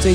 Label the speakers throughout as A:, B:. A: 最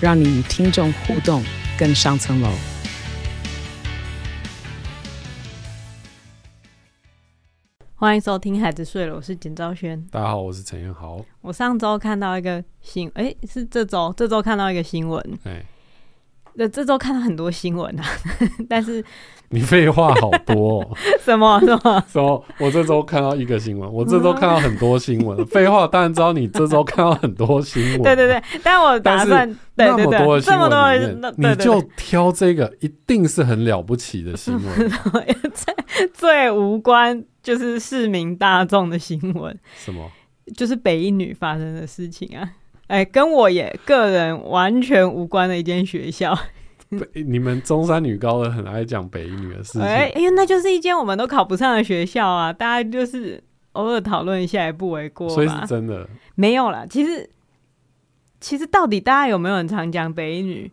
A: 让你与听众互动更上层楼。
B: 欢迎收听《孩子睡了》，我是简昭轩。
C: 大家好，我是陈彦豪。
B: 我上周看到一个新，哎，是这周，这周看到一个新闻，
C: 哎，
B: 呃，这周看到很多新闻啊， 但是
C: 你废话好 多、哦。
B: 什么什么，
C: so, 我这周看到一个新闻，我这周看到很多 新闻。废话，当然知道你这周看到很多新闻。
B: 对对对，但我打算，对
C: 那
B: 对
C: 么多
B: 对，
C: 的新
B: 这么多
C: 闻里
B: 人
C: 面，
B: 那，对
C: 你
B: 对
C: 就
B: 对
C: 挑这个，一定是很了不起的新闻。
B: 最无关就是市民大众的新闻，
C: 什么？
B: 就是北一女发生的事情啊。哎，跟我也个人完全无关的一间学校，
C: 北你们中山女高的很爱讲北一女的事情。
B: 哎，因为那就是一间我们都考不上的学校啊，大家就是偶尔讨论一下也不为过吧。
C: 所以是真的，
B: 没有啦，其实其实到底大家有没有很常讲北一女？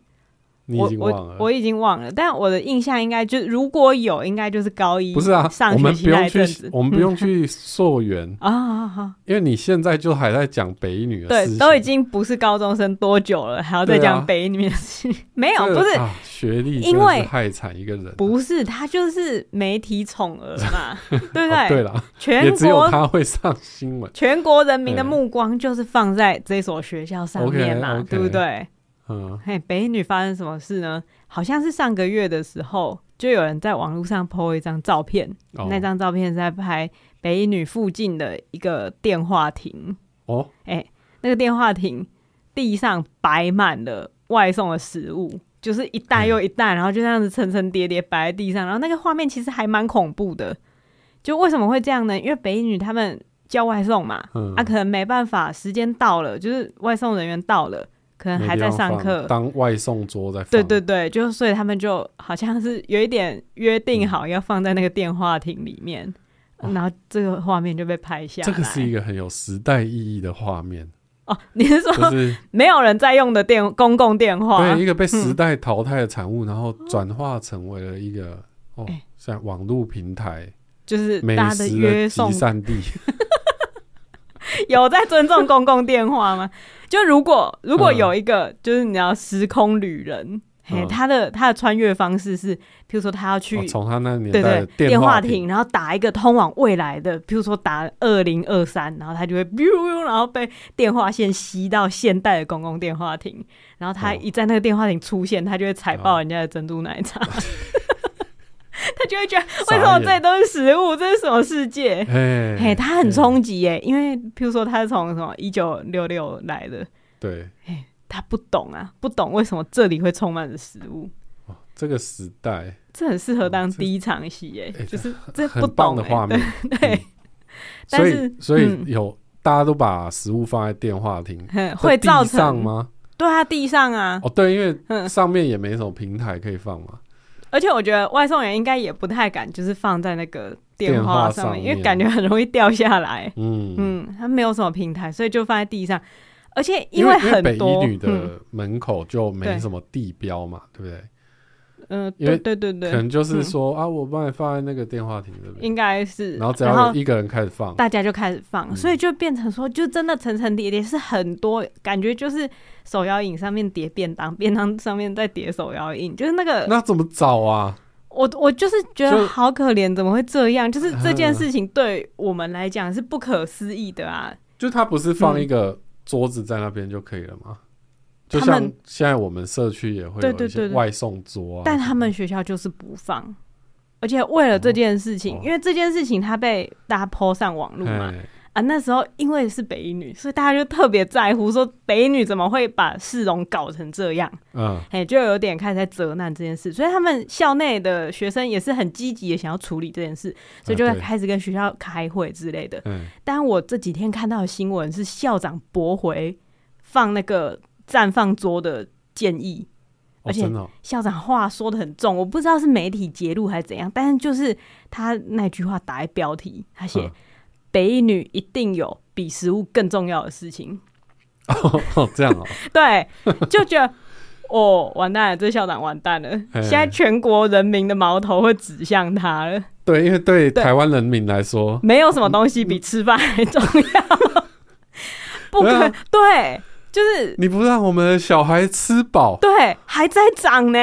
C: 你已
B: 我
C: 经忘
B: 我
C: 了。
B: 我已经忘了，但我的印象应该就如果有，应该就是高一
C: 不是啊，
B: 上
C: 我
B: 学
C: 们
B: 期
C: 不
B: 那
C: 用
B: 一阵子
C: 去，我 们不用去溯源，
B: 啊啊啊！
C: 因为你现在就还在讲北一女的
B: 对，
C: 事情。
B: 都已经不是高中生多久了，还要再
C: 对啊
B: 讲北一女的事？ 没有，
C: 这
B: 不是。
C: 啊学历，
B: 因为
C: 害惨一个人。哦
B: 不是，他就是媒体宠儿 嘛，对不对？
C: 哦对了，也
B: 全
C: 只有
B: 国
C: 他会上新闻。
B: 全国人民的
C: 哎
B: 目光就是放在这所学校上面嘛
C: OK，OK
B: 对不对？
C: 嗯，
B: 嘿，北一女发生什么事呢？好像是上个月的时候，就有人在网络上 PO 一张照片，
C: 哦
B: 那张照片是在拍北一女附近的一个电话亭。
C: 哦，
B: 那个电话亭地上摆满了外送的食物，就是一袋又一袋，然后就这样子层层叠叠摆在地上，然后那个画面其实还蛮恐怖的。就为什么会这样呢？因为北一女他们叫外送嘛，
C: 嗯，
B: 啊，可能没办法，时间到了，就是外送人员到了，可能
C: 没
B: 还
C: 地
B: 在
C: 方
B: 上
C: 放
B: 课，
C: 当外送桌在放。
B: 对对对，就是所以他们就好像是有一点约定好要放在那个电话亭里面，
C: 嗯哦
B: 然后这个画面就被拍下来。
C: 这个是一个很有时代意义的 画面，
B: 哦，你是说、
C: 就是
B: 没有人在用的电公共电话？
C: 对一个被时代淘汰的产物，然后转化成为了一个哦
B: 哎，
C: 像网络平台
B: 就是
C: 美
B: 大家
C: 食
B: 约
C: 的
B: 送
C: 集，散地。哦
B: 有在尊重公共电话吗？就如果如果有一个、就是你要时空旅人，嘿，
C: 嗯
B: 他的他的穿越方式是，譬如说他要去
C: 哦从他那年
B: 对
C: 代
B: 对
C: 的，
B: 电
C: 话
B: 亭，然后打一个通往未来的，比如说打二零二三，然后它就会 biu，然后被电话线吸到现代的公共电话亭，然后它
C: 哦
B: 一在那个电话亭出现，它就会踩爆人家的珍珠奶 茶， 他就会觉得为什么这
C: 傻
B: 里
C: 眼
B: 都是食物，这是什么世界？
C: 哎
B: 嘿，他很
C: 哎
B: 冲击耶，因为譬如说他是从什么一九六六来的，
C: 对
B: 他不懂啊，不懂为什么这里会充满着食物。
C: 哦这个时代
B: 这很适合当
C: 哦这
B: 第一场戏耶、
C: 哎
B: 就是这不
C: 很
B: 懂、
C: 棒的
B: 欸、
C: 画面，
B: 对，但
C: 所
B: 是
C: 以所以
B: 嗯
C: 有大家都把食物放在电话亭，
B: 哼 会造
C: 在地上
B: 成？
C: 吗？
B: 对啊，地上啊，
C: 哦，对，因为
B: 嗯，
C: 上面也没什么平台可以放嘛。
B: 而且我觉得外送员应该也不太敢，就是放在那个电话上
C: 电话上面
B: 因为感觉很容易掉下来。
C: 嗯
B: 嗯，它没有什么平台，所以就放在地上，而且
C: 因
B: 为
C: 因为北
B: 很多
C: 一女
B: 嗯
C: 的门口就没
B: 对
C: 什么地标嘛，对不对？
B: 嗯，
C: 因为
B: 对对对对，
C: 可能就
B: 嗯
C: 是说啊，我帮你放在那个电话亭这边，
B: 应该是，
C: 然后只要有一个人开始放，
B: 大家就开始放，
C: 嗯
B: 所以就变成说，就真的层层叠叠是很多，感觉就是手摇饮上面叠便当，便当上面再叠手摇饮，就是那个
C: 那怎么找啊？
B: 我我就是觉得
C: 就
B: 好可怜，怎么会这样？就是这件
C: 嗯
B: 事情对我们来讲是不可思议的啊！
C: 就他不是放一个桌子在那边就可以了吗？
B: 嗯
C: 就
B: 他
C: 像
B: 们
C: 现在我们社区也会
B: 对
C: 有
B: 对
C: 一
B: 对对
C: 些外送桌啊，
B: 但他们学校就是不放，而且为了这件事情，
C: 哦
B: 因为这件事情它被大家抛上网络嘛，
C: 哎
B: 啊，那时候因为是北一女，所以大家就特别在乎说北一女怎么会把市容搞成这样，
C: 嗯，
B: 哎，就有点开始在责难这件事，所以他们校内的学生也是很积极的想要处理这件事，所以就
C: 啊
B: 会
C: 对
B: 开始跟学校开会之类的。
C: 嗯，
B: 但我这几天看到的新闻是校长驳回放那个绽放桌的建议，
C: 哦，
B: 而且
C: 真的哦、
B: 校长话说的很重，我不知道是媒体揭露还是怎样，但是就是他那句话打在标题，他写、
C: 嗯
B: 北一女一定有比食物更重要的事 情，
C: 哦， 这样哦，
B: 对，就觉得。哦，完蛋了！这校长完蛋了！
C: 哎
B: 现在全国人民的矛头会指向他了。
C: 对，因为对
B: 对
C: 台湾人民来说，
B: 没有什么东西比吃饭还重要， 不可、
C: 对啊
B: 对，就是
C: 你不让我们的小孩吃饱，
B: 对，还在涨 呢，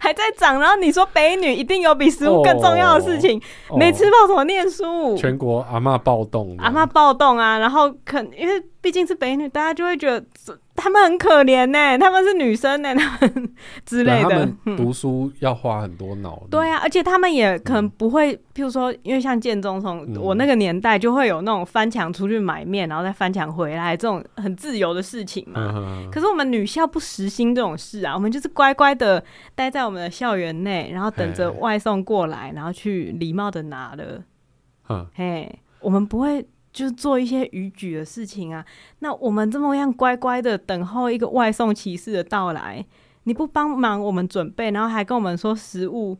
B: 还在涨。然后你说北女一定有比食物更重要的事情，
C: 哦
B: 没吃饱怎么念书？
C: 全国阿嬷暴动，
B: 阿妈暴动啊，然后肯因为毕竟是北女，大家就会觉得这他们很可怜呢，他们是女生呢， 他们之
C: 之
B: 类
C: 啊他
B: 的嗯
C: 们。读书要花很多脑力，
B: 对
C: 啊，
B: 啊，而且他们也可能不会，譬如说，因为像建中从
C: 嗯
B: 我那个年代就会有那种翻墙出去买面，然后再翻墙回来这种很自由的事情嘛。
C: 嗯
B: 可是我们女校不实行这种事啊，我们就是乖乖的待在我们的校园内，然后等着
C: 嘿
B: 外送过来，然后去礼貌的拿了。
C: 嗯，
B: 嘿，我们不会就是做一些逾矩的事情啊。那我们这么样乖乖的等候一个外送骑士的到来，你不帮忙我们准备，然后还跟我们说食物，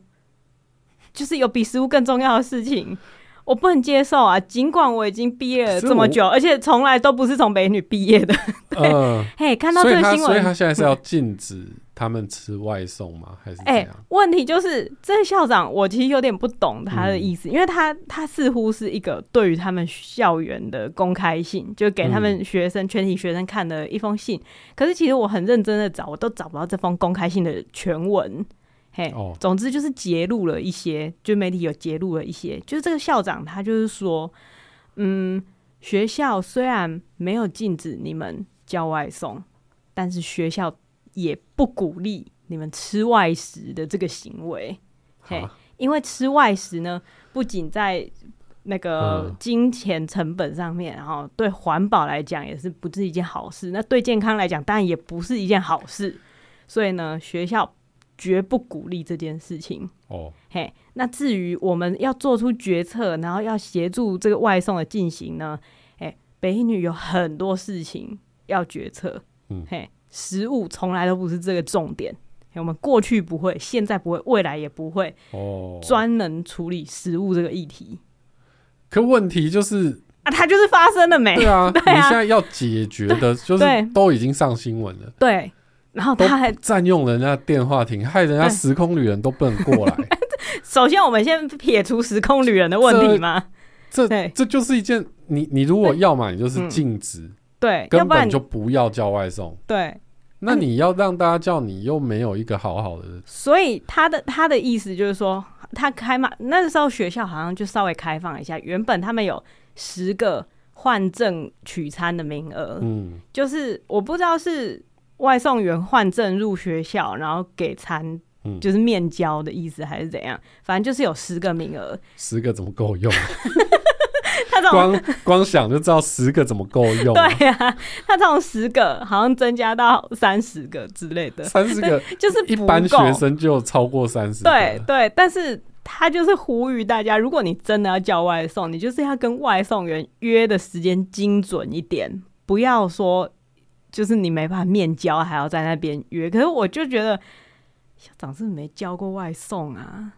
B: 就是有比食物更重要的事情。我不能接受啊！尽管我已经毕业了
C: 可是
B: 这么
C: 我
B: 久，而且从来都不是从北女毕 业的。
C: 呃，
B: 嘿，看到
C: 所
B: 这个
C: 以他
B: 新
C: 所以
B: 闻
C: 他，现在是要禁止他们吃外送吗？还是怎
B: 哎、
C: 样？
B: 问题就是这校长，我其实有点不懂他的意
C: 嗯
B: 思，因为他他似乎是一个对于他们校园的公开信，就给他
C: 嗯
B: 们学生、全体学生看的一封信。可是其实我很认真的找，我都找不到这封公开信的全文。嘿，
C: 哦
B: 总之就是揭露了一些，就媒体有揭露了一些，就是这个校长他就是说，嗯，学校虽然没有禁止你们叫外送，但是学校也不鼓励你们吃外食的这个行为，嘿
C: 啊
B: 因为吃外食呢，不仅在那个
C: 嗯
B: 金钱成本上面，然后对环保来讲也是不是一件好事，那对健康来讲当然也不是一件好事，所以呢，学校绝不鼓励这件事情。
C: 哦，
B: 嘿，那至于我们要做出决策，然后要协助这个外送的进行呢，哎，北一女有很多事情要决策，
C: 嗯
B: 嘿，食物从来都不是这个重点。嘿我们过去不会，现在不会，未来也不会
C: 哦，
B: 专门处理食物这个议题
C: 可问题就是，
B: 啊，它就是发生了没？
C: 对啊，
B: 对啊
C: 你现在要解决 的就是
B: 对
C: 都已经上新闻了，
B: 对然后
C: 都
B: 他还
C: 占用人家电话亭，害人家
B: 对
C: 时空旅人都不能过来，
B: 首先我们先撇除时空旅人的问题嘛，
C: 这
B: 对
C: 这就是一件你你如果要嘛，你就是
B: 嗯
C: 禁止，
B: 对，要
C: 根
B: 不然嗯
C: 本就不要叫外送。
B: 对，
C: 那你要让大家叫你，又没有一个好好的，
B: 所以他的他的意思就是说，他开嘛，那时候学校好像就稍微开放一下，原本他们有十个换证取餐的名额，
C: 嗯，
B: 就是我不知道是外送员换证入学校，然后给餐
C: 嗯。
B: 就是面交的意思还是怎样，反正就是有十个名 额。
C: 十个怎么够用？
B: 他这种
C: 光光想就知道十个怎么够用、啊。
B: 对啊，他这种十个好像增加到三十个之类的，
C: 三十个，
B: 就是
C: 一
B: 不
C: 般
B: 够
C: 学生就超过三十。
B: 对，对，但是他就是呼吁大家，如果你真的要叫外送，你就是要跟外送员约的时间精准一点，不要说就是你没办法面交，还要在那边约。可是我就觉得校长是不是没教过外送啊，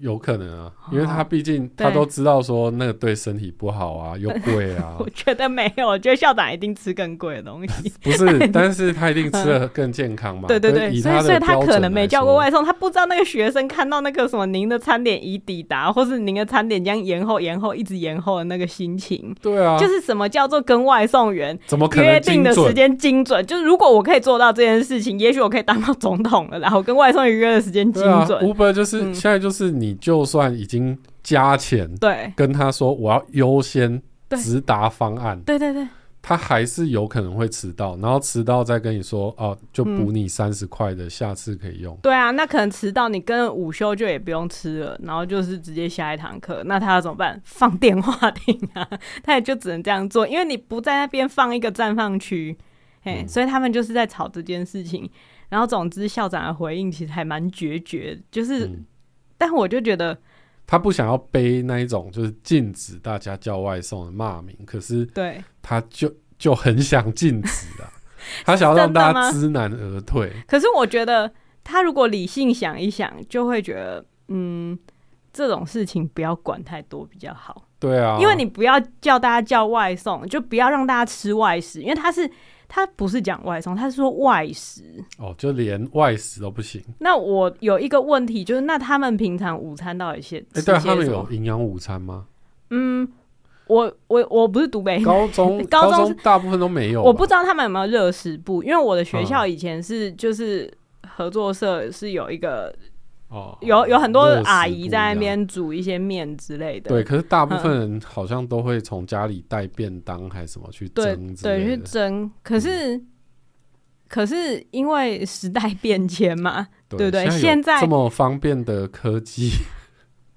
C: 有可能啊，因为他
B: 哦
C: 毕竟
B: 对
C: 他都知道说那个对身体不好啊，又贵 啊
B: 我，觉得没有，我觉得校长一定吃更贵的东西。
C: 不是，但是他一定吃的更健康 嘛。
B: 对对对，
C: 以
B: 所以
C: 他
B: 所以
C: 的
B: 他
C: 标
B: 可
C: 准
B: 能没
C: 来
B: 叫过
C: 说
B: 外送，他不知道那个学生看到那个什么您的餐点已抵达，或是您的餐点将延后、延后、一直延后的那个心情。
C: 对啊，
B: 就是什么叫做跟外送员
C: 怎么可
B: 约
C: 能
B: 定
C: 精
B: 的时
C: 准？
B: 间精准？就是如果我可以做到这件事情，也许我可以当到总统了。然后跟外送员约的时间精
C: 对啊
B: 准，
C: ，Uber 就是
B: 嗯
C: 现在就是你就算已经加钱，
B: 对
C: 跟他说我要优先
B: 对
C: 直达方案，
B: 对对对
C: 他还是有可能会迟到，然后迟到再跟你说哦，就补
B: 嗯
C: 你三十块的，下次可以用。
B: 对啊！那可能迟到，你跟午休就也不用吃了，然后就是直接下一堂课。那他要怎么办？ 放电话亭啊，他也就只能这样做，因为你不在那边放一个绽放区，嘿，
C: 嗯
B: 所以他们就是在吵这件事情。然后总之，校长的回应其实还蛮决绝，就是，
C: 嗯
B: 但我就觉得，
C: 他不想要背那一种就是禁止大家叫外送的骂名，可是
B: 对，
C: 他就就很想禁止啊。他想要让大
B: 真的
C: 家
B: 吗
C: 知难而退。
B: 可是我觉得他如果理性想一想，就会觉得，嗯，这种事情不要管太多比较好，
C: 对啊，
B: 因为你不要叫大家叫外送，就不要让大家吃外食，因为他是他不是讲外送，他是说外食。
C: 哦，就连外食都不行。
B: 那我有一个问题就是，那他们平常午餐到底些？
C: 哎、
B: 吃
C: 对啊
B: 些
C: 他们
B: 什么
C: 有营养午餐吗？
B: 嗯，我我我不是读北，
C: 高啊中
B: 哎高中
C: 中大部分都没有吧，
B: 我不知道他们有没有热食部，因为我的学
C: 嗯
B: 校以前是就是合作社是有一个
C: 哦，
B: 有有很多
C: 热食
B: 阿姨
C: 不
B: 在那
C: 一样。
B: 边嗯煮一些面之类的，
C: 对，可是大部分人好像都会从家里带便当还是什么去
B: 对
C: 蒸之
B: 对
C: 类
B: 去
C: 的。嗯
B: 蒸，可是。可是因为时代变迁嘛，对
C: 对
B: 不对
C: 现
B: 现
C: 在有
B: 在
C: 这么方便的科技，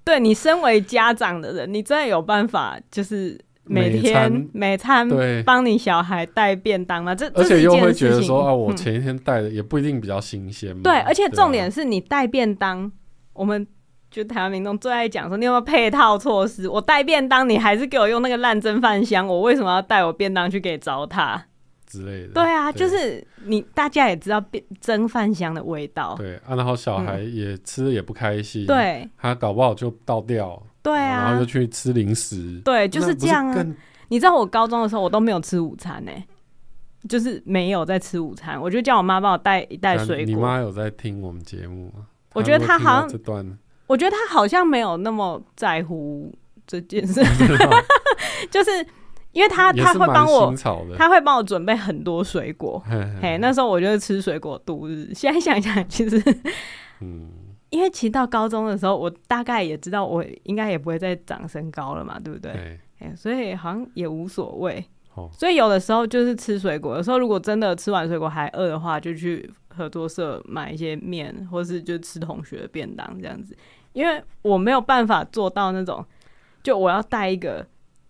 B: 对你身为家长的人，你真的有办法就是每
C: 每
B: 天
C: 餐
B: 每餐
C: 对
B: 帮你小孩带便当吗？这这
C: 而且
B: 是一
C: 又
B: 件
C: 会
B: 事
C: 觉得
B: 情
C: 说啊，我
B: 嗯
C: 前一天带的也不一定比较新鲜嘛。
B: 对，而且
C: 啊
B: 重点是你带便当，我们就台湾民众最爱讲说，你有没有配套措施？我带便当，你还是给我用那个烂蒸饭箱，我为什么要带我便当去给糟蹋？
C: 之类的。
B: 对啊，就是你大家也知道便蒸饭箱的味道，
C: 对啊，然后小孩也吃的也不开心，，
B: 嗯对
C: 他搞不好就倒掉，
B: 对
C: 哦然后
B: 啊
C: 又，去吃零食，
B: 对，就
C: 那不
B: 这样啊。
C: 更
B: 你知道我高中的时候，我都没有吃午餐呢、就是没有在吃午餐，我就叫我妈帮我带一袋
C: 啊
B: 水
C: 你
B: 果。
C: 妈有在听我们节目吗？
B: 我觉得
C: 如
B: 她
C: 果听到
B: 好像
C: 这段，
B: 我觉得她好像没有那么在乎这件 事，就是因为她
C: 也
B: 她
C: 是
B: 会
C: 蛮
B: 帮我
C: 新潮的。嗯
B: 他会帮我准备很多水果。
C: 嘿
B: 嘿，那时候我就是吃水果度日。现在想想，其实
C: 嗯，
B: 因为其实到高中的时候，我大概也知道我应该也不会再长身高了嘛，对不对？
C: 对，
B: 嘿所以好像也无所谓。
C: 哦
B: 所以有的时候就是吃水果，有时候如果真的吃完水果还饿的话，就去合作社买一些面，或是就吃同学的便当这样子。因为我没有办法做到那种，就我要带一个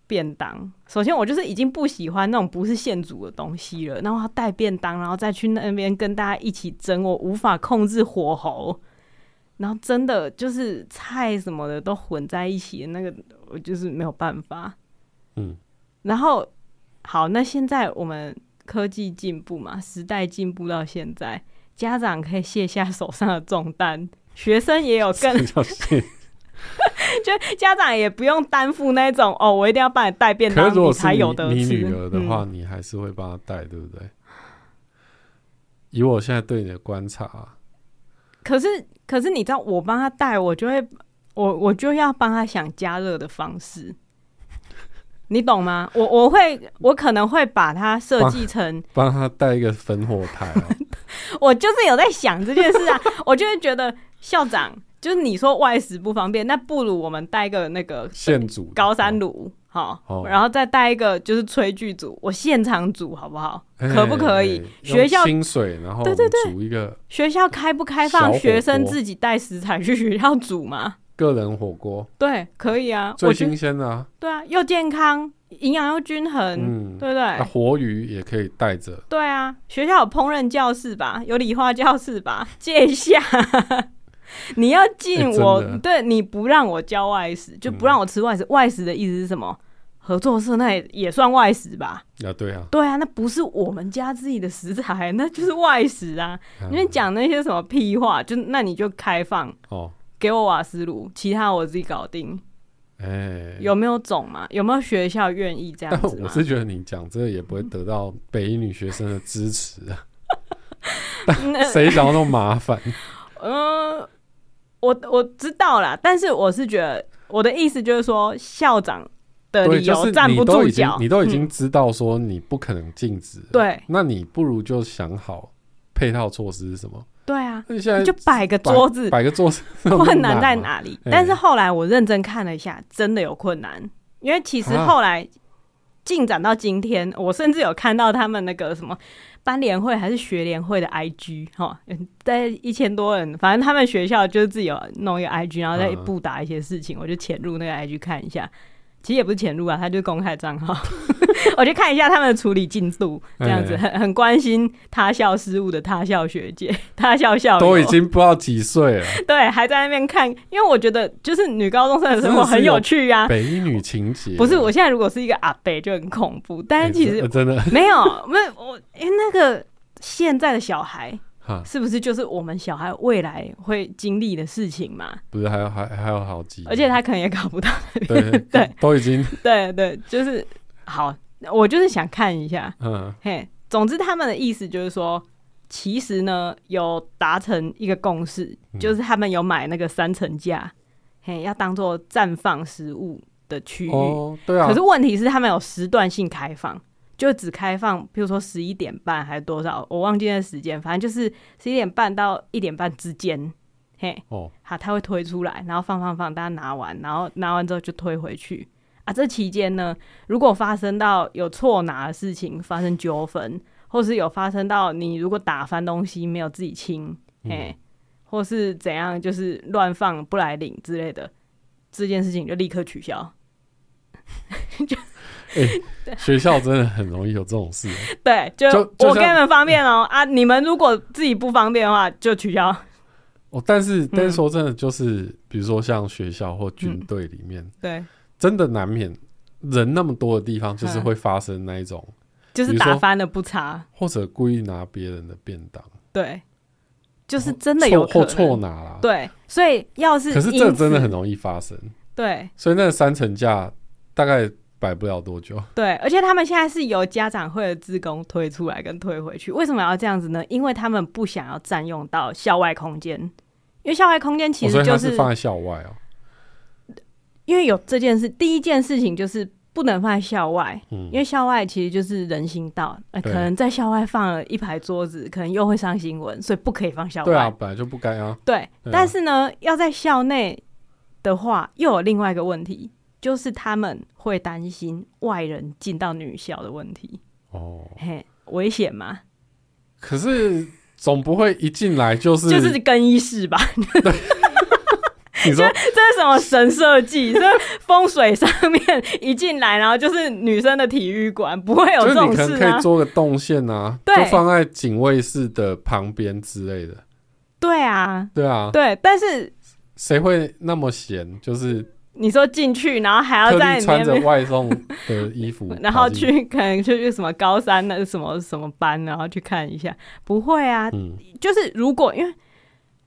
B: 便当。首先，我就是已经不喜欢那种不是现煮的东西了，然后要带便当，然后再去那边跟大家一起蒸，我无法控制火候。然后真的就是菜什么的都混在一起，那个我就是没有办法。
C: 嗯，
B: 然后好，那现在我们科技进步嘛，时代进步到现在，家长可以卸下手上的重担，学生也有更
C: 比 较新。
B: 就家长也不用担负那种哦，我一定要帮你带便
C: 可
B: 当，
C: 是如果
B: 你
C: 是
B: 才
C: 你
B: 有的嗯
C: 你
B: 吃。
C: 女儿的话，你还是会帮她带，对不对？以我现在对你的观察啊，
B: 可是可是你知道，我帮他带，我就会我我就要帮他想加热的方式，你懂吗？我我会我可能会把它设计成，
C: 帮她带一个烽火台 啊，
B: 我就是有在想这件事啊，我就会觉得校长就是你说外食不方便，那不如我们带个那个
C: 现煮的
B: 高山炉。好，
C: 哦
B: 然后再带一个就是炊具组，我现场煮好不好？
C: 嘿
B: 可不可以
C: 嘿
B: 学
C: 用
B: 校
C: 清水，然后
B: 对对
C: 我们煮一个
B: 学校开不开
C: 小
B: 放
C: 火
B: 学生
C: 锅
B: 自己带食材去 学校煮吗？
C: 个人火锅，
B: 对，可以啊，
C: 最
B: 我觉得
C: 新鲜的啊，
B: 对啊，又健康，营养又均衡，
C: 嗯，
B: 对不对？
C: 啊活鱼也可以带着，
B: 对啊，学校有烹饪教室吧，有理化教室 吧，借一下。 你要
C: 哎
B: 进
C: 真的嗯
B: 我，对你不让我教外食，就不让我吃外食。外食的意思是什么？合作社那也也算外食吧？
C: 啊，对啊，
B: 对啊，那不是我们家自己的食材， 那就是外食啊。
C: 啊
B: 因为讲那些什么屁话，就那你就开放
C: 哦，
B: 给我瓦斯炉，其他我自己搞定。
C: 哎，
B: 有没有种嘛？有没有学校愿意这样
C: 但
B: 子
C: 我
B: 嘛？
C: 是觉得你讲这个也不会得到北一女学生的支持 啊，
B: 那
C: 谁想要那么麻 烦？
B: 嗯，我我知道啦，但是我是觉得我的意思就是说，校长的
C: 对，
B: 理
C: 就是
B: 由站
C: 你
B: 不
C: 都
B: 住
C: 已经
B: 脚，
C: 你都已
B: 嗯
C: 经知道说你不可能禁止，，
B: 对
C: 那你不如就想好配套措施是什么？
B: 对啊，
C: 那你现在
B: 就摆个
C: 呃摆
B: 桌子，
C: 摆个 桌子
B: 困难在
C: 嘛？
B: 哪里？
C: 哎
B: 但是后来我认真看了一下，真的有困难，因为其实后来进展到今天，我甚至有看到他们那个什么班联会还是学联会的 IG 哈，在一千多人，反正他们学校就是自己有弄一个 IG，然后再
C: 嗯
B: 布达一些事情，我就潜入那个 IG 看一下。其实也不是潜入啊，他就是公开账号， 我就看一下他们的处理进度，这样子
C: 哎
B: 很很关心他校事务的他校学姐、他校校友
C: 都已经不知道几岁了，
B: 对，还在那边看，因为我觉得就是女高中生的生活很有趣啊。
C: 北一女情节
B: 不是，我现在如果是一个阿北就很恐怖，但呃
C: 哎
B: 是其实
C: 真真的
B: 没有，没有我，因为那个现在的小孩
C: 哈，
B: 是不是就是我们小孩未来会经历的事情嘛？
C: 不是还有还还有好几，
B: 而且他可能也搞不到 那边。
C: 对
B: 对
C: 都已经
B: 对对，就是好，我就是想看一下。
C: 嗯
B: 嘿，总之他们的意思就是说，其实呢有达成一个共识，就是他们有买那个三层架，嘿，要当做绽放食物的区域。
C: 哦对
B: 嗯
C: 啊，
B: 可是问题是，他们有时段性开放，就只开放，比如说十一点半还是多少，我忘记那时间，反正就是十一点半到一点半之间，嘿，
C: 哦
B: 好，他会推出来，然后放放放，大家拿完，然后拿完之后就推回去。啊，这期间呢，如果发生到有错拿的事情，发生纠纷，或是有发生到你如果打翻东西没有自己清，
C: 嗯
B: 哎、或是怎样，就是乱放不来领之类的，这件事情就立刻取消。
C: 学校真的很容易有这种事，
B: 对，就
C: 就就
B: 我跟
C: 像
B: 你们方便哦啊，你们如果自己不方便的话，就取消。
C: 哦，但
B: 嗯
C: 是但是说真的，就是比如说像学校或军队里面，
B: 对，
C: 真的难免人那么多的地方，就是
B: 嗯
C: 会发生那一种，
B: 就是
C: 比如
B: 打
C: 说
B: 翻了不查，
C: 或者故意拿别人的便当，
B: 对，就是
C: 或
B: 真的有
C: 错
B: 可
C: 或错
B: 能。
C: 拿啦。
B: 对，所以要是
C: 可是
B: 因
C: 这真的
B: 此
C: 很容易发生，
B: 对
C: 所以那个三层架大概摆不了多久。
B: 对，而且他们现在是由家长会的职工推出来跟推回去，为什么要这样子呢？因为他们不想要占用到校外空间，因为校外空间其
C: 哦
B: 实
C: 所以
B: 就
C: 它
B: 是、
C: 放在校外哦。
B: 因为有这件事，第一件事情就是不能放在校外，
C: 嗯
B: 因为校外其实就是人行道，呃，可
C: 对
B: 能在校外放了一排桌子，可能又会上新闻，所以不可以放校外。
C: 对啊，本来就不该啊。
B: 对
C: 对啊
B: 但是呢，要在校内的话，又有另外一个问题，就是他们会担心外人进到女校的问题，
C: 哦，
B: 嘿，危险嘛，
C: 可是总不会一进来就是
B: 就是更衣室吧，
C: 你说
B: 这是什么神设 计？这风水上面一进来，然后就是女生的体育馆，不会有这
C: 就是
B: 种
C: 你可能
B: 事
C: 可
B: 啊
C: 以。做个动线啊，
B: 对
C: 就放在警卫室的旁边之类的。
B: 对啊，
C: 对啊，
B: 对，但是
C: 谁会那么闲？就是
B: 你说进去，然后还要
C: 特
B: 在
C: 地
B: 里
C: 穿着
B: 面，
C: 外送的衣服
B: ，然后
C: 跑进，
B: 去可能去什么高三的什么什么班，然后去看一下。不会啊，
C: 嗯，
B: 就是如果因为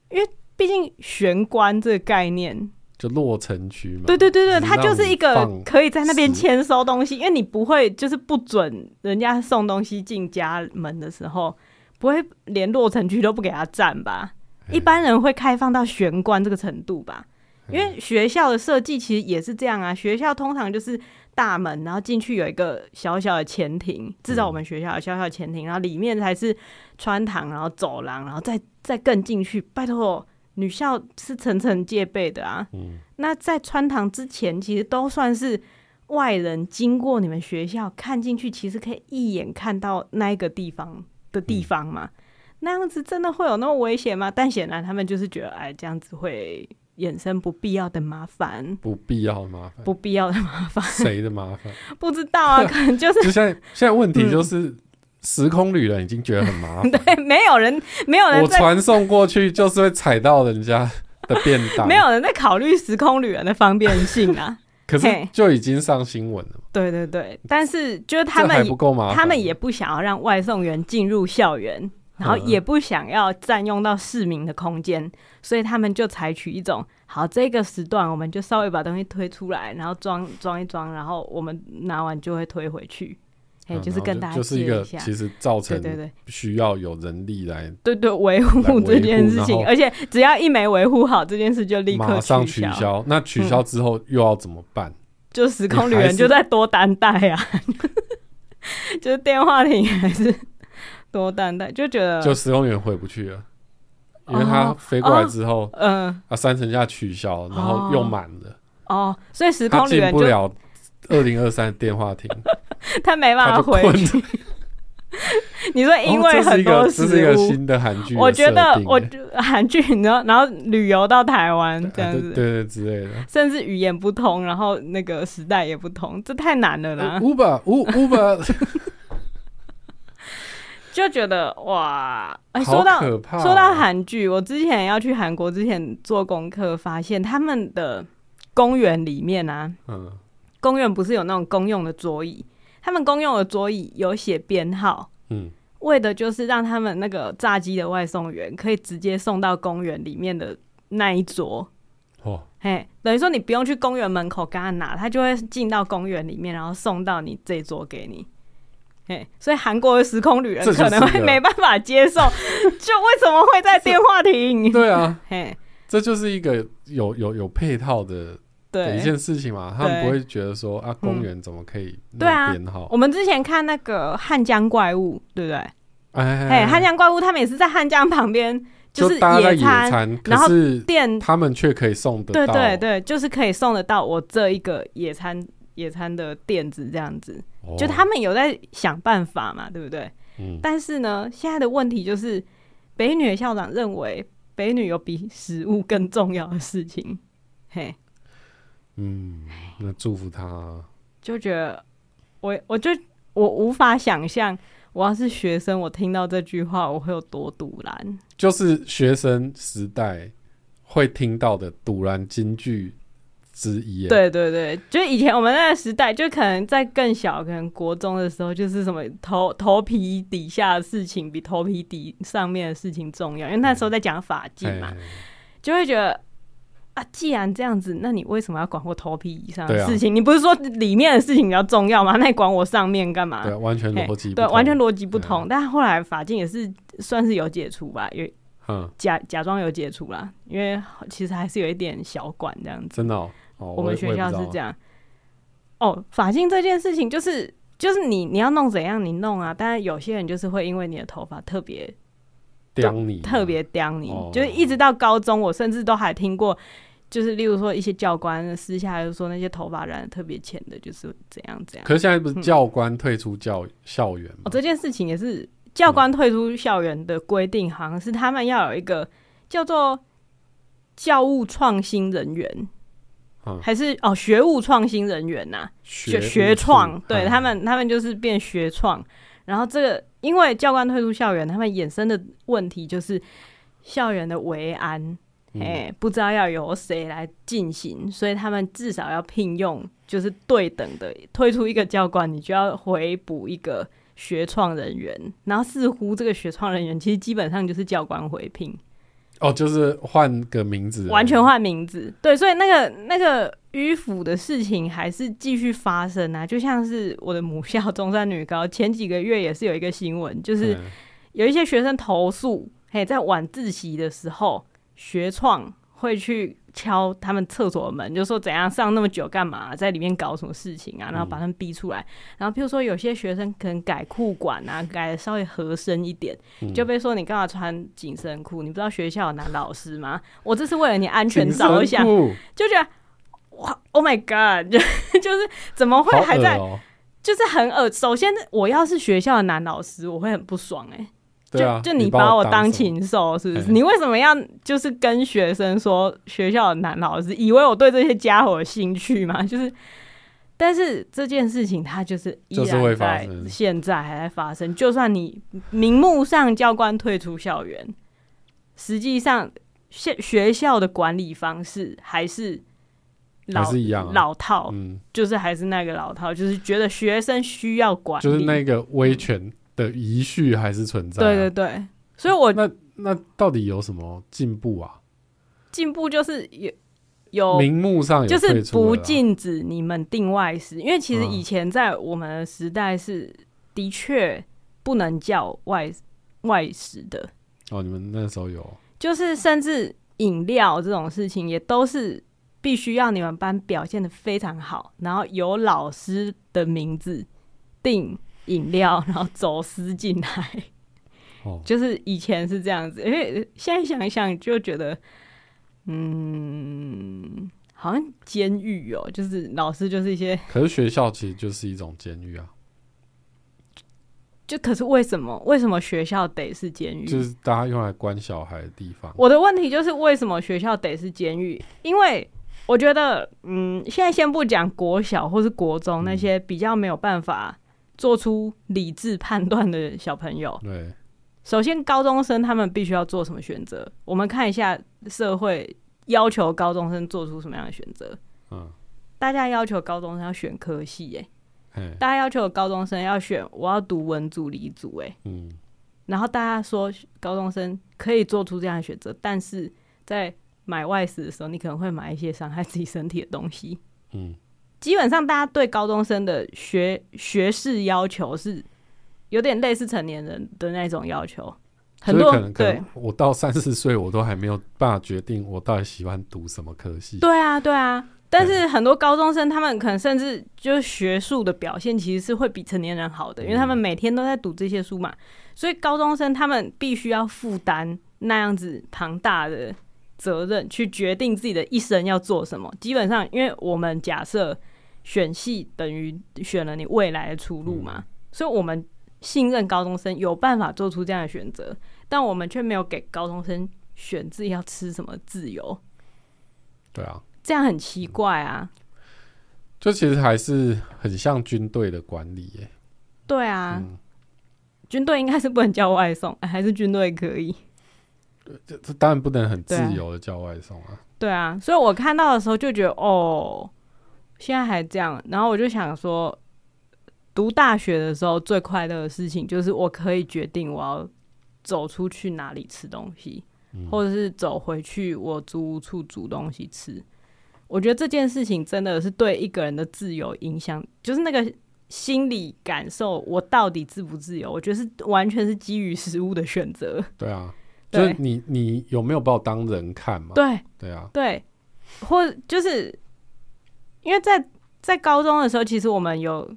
B: 因为毕竟玄关这个概念，
C: 就落城区嘛。
B: 对对对对，
C: 只
B: 它
C: 让
B: 就是
C: 你
B: 一个
C: 放
B: 可以在那边
C: 食
B: 签收东西，因为你不会就是不准人家送东西进家门的时候，不会连落成区都不给他占吧？
C: 嘿
B: 一般人会开放到玄关这个程度吧？因
C: 嗯
B: 为学校的设计其实也是这样啊，学校通常就是大门，然后进去有一个小小的前庭，至少我们学校有小小的前庭，然后里面才是穿堂，然后走廊，然后再再更进去。拜托，女校是层层戒备的啊。
C: 嗯
B: 那在穿堂之前，其实都算是外人经过你们学校看进去，其实可以一眼看到那一个地方的地方嘛。那样子真的会有那么危险吗？但显然他们就是觉得，哎，这样子会衍生不必要的麻烦，
C: 不必要的麻烦，
B: 不必要的麻 烦，
C: 谁的麻烦？
B: 不知道啊，可能就是
C: 就现在现在问题就是，时空旅人已经觉得很麻烦。
B: 嗯 对，没有人，没有人
C: 我
B: 在，
C: 传送过去就是会踩到人家的便 当，
B: 没。有人在考虑时空旅人的方便性啊。
C: 可是
B: 嘿
C: 就已经上新闻了嘛，
B: 对对对，但是就是他
C: 这还
B: 们
C: 不够麻烦。
B: 他们也不想要让外送员进入校园，然后也不想要占用到市民的空间，所以他们就采取一种，好，这个时段我们就稍微把东西推出来，然后装装一装，然后我们拿完就会推回去，哎、
C: 嗯
B: 就是
C: 然后
B: 跟大家
C: 就是
B: 借
C: 一个
B: 下。
C: 其实造成
B: 对对对
C: 需要有人力来
B: 对对，维
C: 来
B: 护
C: 维护
B: 这件事
C: 然
B: 情
C: 后，
B: 而且只要一没维护好，这件事就立刻
C: 马上取
B: 消，
C: 消。那取消之后又要怎么办？
B: 就时空旅
C: 还
B: 人
C: 是
B: 就在多担待啊，就是电话亭还是多担待，就觉得
C: 就时空旅人回不去了，因为他
B: 哦
C: 飞过来
B: 哦
C: 之后，
B: 嗯、
C: 啊，三层架取消，然后又满了，
B: 哦，所以时
C: 他
B: 空旅
C: 进
B: 人
C: 不
B: 就他
C: 了二零二三电话亭，
B: 没办
C: 他
B: 法
C: 就
B: 回
C: 困。
B: 去。 你说因为很
C: 哦
B: 多
C: 这是
B: 食
C: 一个这是一个
B: 物，
C: 新的韩剧的设定，
B: 我觉得我
C: 对
B: 就韩剧，然后然后旅游到台湾这
C: 啊
B: 样
C: 对
B: 子，
C: 对对之类的。
B: 甚至语言不通，然后那个时代也不同，这太难了啦。
C: Uber U Uber
B: 就觉得哇，哎、
C: 好
B: 说到
C: 可怕哦，
B: 说到韩剧，我之前要去韩国之前做功课，发现他们的公园里面啊，
C: 嗯
B: 公园不是有那种公用的桌椅，他们公用的桌椅有写编号。
C: 嗯
B: 为的就是让他们那个炸鸡的外送员可以直接送到公园里面的那一桌。
C: 哦，
B: 嘿，等于说你不用去公园门口跟他拿，他就会进到公园里面，然后送到你这一桌给你。嘿，所以韩国的时空旅人
C: 这就是
B: 可能
C: 一
B: 会
C: 个
B: 没办法接 受，就为什么会在电话亭？
C: 对啊，
B: 嘿，
C: 这就是一个有有有配套的的一
B: 对，
C: 件事情嘛，他们
B: 对
C: 不会觉得说啊，公园怎么可以那
B: 对啊
C: 么编号？
B: 我们之前看那个《汉江怪物》，对不对？
C: 哎
B: 哎，汉江怪物他们也是在汉江旁边，
C: 就是大家在
B: 野
C: 野
B: 餐
C: 餐，
B: 然
C: 可
B: 后
C: 是
B: 店，
C: 他们却可以送得
B: 对
C: 到，
B: 对对，就是可以送得到我这一个野餐野餐的店子这样子，
C: 哦，
B: 就他们有在想办法嘛，对不对？
C: 嗯，
B: 但是呢，现在的问题就是，北女的校长认为北女有比食物更重要的事情， 嘿，
C: 嗯，那祝福他啊。
B: 就觉得我我就我无法想象，我要是学生，我听到这句话我会有多堵然。
C: 就是学生时代会听到的堵然金句之一。，
B: 对对对，就以前我们那个时代，就可能在更小，可能国中的时候，就是什么头头皮底下的事情比头皮底上面的事情重要，因为那时候在讲法纪嘛，
C: 嗯哎，
B: 就会觉得啊，既然这样子，那你为什么要管我头皮以上
C: 对
B: 的
C: 啊
B: 事情？你不是说里面的事情比较重要吗？那你管我上面干嘛？
C: 对，完全
B: 嘿
C: 逻辑不
B: 对，
C: 通啊
B: 完全逻辑不同。但后来法禁也是算是有解除吧，有
C: 嗯，
B: 假假装有解除啦，因为其实还是有一点小管这样子。
C: 真的哦，哦
B: 我们学校是这，
C: 也也不知道
B: 样。哦，发型这件事情就是就是你你要弄怎样你弄啊，但是有些人就是会因为你的头发特别
C: 刁你
B: 特别刁你，
C: 哦
B: 就是一直到高中，我甚至都还听过，就是例如说一些教官私下就说那些头发染的特别浅的，就是怎样怎样
C: 可。是嗯现在不是教官退出教校园
B: 嗯哦，
C: 吗？
B: 这件事情也是教官退出校园的规定，好像是他们要有一个叫做教务创新人员，
C: 嗯
B: 还是哦学务创新人员呐、啊学学
C: 学
B: 创，对
C: 嗯
B: 他们，他们就是变学创。然后这个，因为教官退出校园，他们衍生的问题就是校园的维安，哎、
C: 嗯
B: 不知道要由谁来进行，所以他们至少要聘用就是对等的，退出一个教官，你就要回补一个学创人员。然后似乎这个学创人员其实基本上就是教官回聘，
C: 哦，就是换个名字，
B: 完全换名字。对，所以那个那个迂腐的事情还是继续发生啊，就像是我的母校中山女高前几个月也是有一个新闻，就是
C: 嗯
B: 有一些学生投诉，嘿，在晚自习的时候，学创会去敲他们厕所的门，就说怎样上那么久干嘛，在里面搞什么事情
C: 嗯
B: 啊，然后把他们逼出来。然后譬如说有些学生可能改裤管啊，改的稍微合身一点，
C: 嗯
B: 就被说你干嘛穿紧身裤？你不知道学校有男老师吗？我这是为了你安全着想，
C: 紧身裤
B: 就觉得。哇，Oh my God！就 就是怎么会
C: 好
B: 还
C: 恶
B: 在，
C: 哦，
B: 就是很恶。首先，我要是学校的男老师，我会很不爽哎、
C: 对啊，
B: 就就
C: 你
B: 把
C: 我
B: 当
C: 什么，哎
B: 禽兽，是不是？
C: 嘿
B: 你为什么要就是跟学生说学校的男老师，以为我对这些家伙有兴趣吗？就是，但是这件事情它就是依
C: 就是会
B: 然
C: 发
B: 在
C: 生
B: 现在还在发生。就算你名目上教官退出校园，实际上学学校的管理方式还是老
C: 还是一样啊
B: 老套，
C: 嗯，
B: 就是还是那个老套，就是觉得学生需要管理，
C: 就是那个威权的遗绪还是存在啊。
B: 对对对。所以我
C: 那那到底有什么进步啊？
B: 进步就是有有，
C: 名目上有
B: 哦就
C: 退
B: 是
C: 出啊
B: 不
C: 了啦，
B: 禁止你们定外食，因为其实
C: 嗯
B: 以前在我们的时代是的确不能叫外外食的，
C: 哦，你们那时候有
B: 就是甚至饮料这种事情也都是必须要你们班表现的非常好，然后有老师的名字定饮料，然后走私进来。
C: 哦，
B: 就是以前是这样子，因为现在想一想就觉得，嗯，好像监狱哦，就是老师就是一些，
C: 可是学校其实就是一种监狱啊，
B: 就可是为什么为什么学校得是监狱？
C: 就是大家用来关小孩的地方。
B: 我的问题就是为什么学校得是监狱？因为我觉得，嗯，现在先不讲国小或是国中那些比较没有办法做出理智判断的小朋友，
C: 对，
B: 首先，高中生他们必须要做什么选择？我们看一下社会要求高中生做出什么样的选择。
C: 嗯，
B: 大家要求高中生要选科系、耶，
C: 嘿，
B: 大家要求高中生要选我要读文组、理组、哎，
C: 嗯，
B: 然后大家说高中生可以做出这样的选择，但是在买外食的时候，你可能会买一些伤害自己身体的东西。
C: 嗯，
B: 基本上，大家对高中生的学学士要求是有点类似成年人的那种要求，很
C: 就是
B: 多
C: 可
B: 人
C: 能可
B: 对
C: 能我到三十岁，我都还没有办法决定我到底喜欢读什么科系。
B: 对啊，对啊。但是很多高中生，他们可能甚至就是学术的表现，其实是会比成年人好的，因为他们每天都在读这些书嘛。所以高中生他们必须要负担那样子庞大的责任，去决定自己的一生要做什么。基本上，因为我们假设选系等于选了你未来的出路嘛，所以我们信任高中生有办法做出这样的选择，但我们却没有给高中生选自己要吃什么自由。
C: 对啊，
B: 这样很奇怪啊。
C: 就其实还是很像军队的管理耶、
B: 对啊，
C: 嗯
B: 军队应该是不能叫外送，哎还是军队可以。
C: 这这当然不能很自
B: 对啊
C: 由的叫外送啊。
B: 对啊，所以我看到的时候就觉得，哦，现在还这样。然后我就想说，读大学的时候最快乐的事情就是我可以决定我要走出去哪里吃东西，或者是走回去我租屋处煮东西吃。我觉得这件事情真的是对一个人的自由影响，就是那个心理感受，我到底自不自由？我觉得是完全是基于食物的选择。
C: 对啊，就
B: 对
C: 是你你有没有把我当人看嘛？
B: 对，
C: 对啊，
B: 对，或就是因为在在高中的时候，其实我们有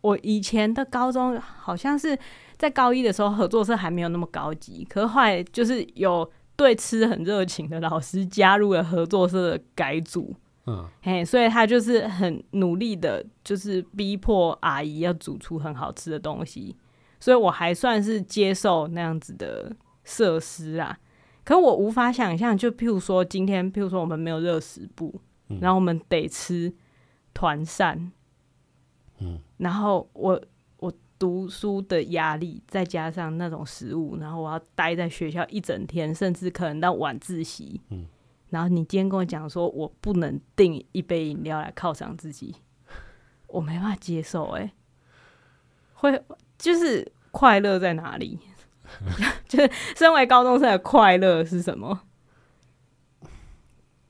B: 我以前的高中好像是在高一的时候合作社还没有那么高级，可是后来就是有对吃很热情的老师加入了合作社的改组，
C: 嗯，
B: 嘿，所以他就是很努力的，就是逼迫阿姨要煮出很好吃的东西，所以我还算是接受那样子的设施啊。可我无法想象，就譬如说今天，譬如说我们没有热食部，
C: 嗯
B: 然后我们得吃团膳，
C: 嗯，
B: 然后我我读书的压力，再加上那种食物，然后我要待在学校一整天，甚至可能到晚自习，
C: 嗯，
B: 然后你今天跟我讲说我不能订一杯饮料来犒赏自己，我没办法接受、哎，会就是快乐在哪里？ 就是身为高中生的快乐是什么？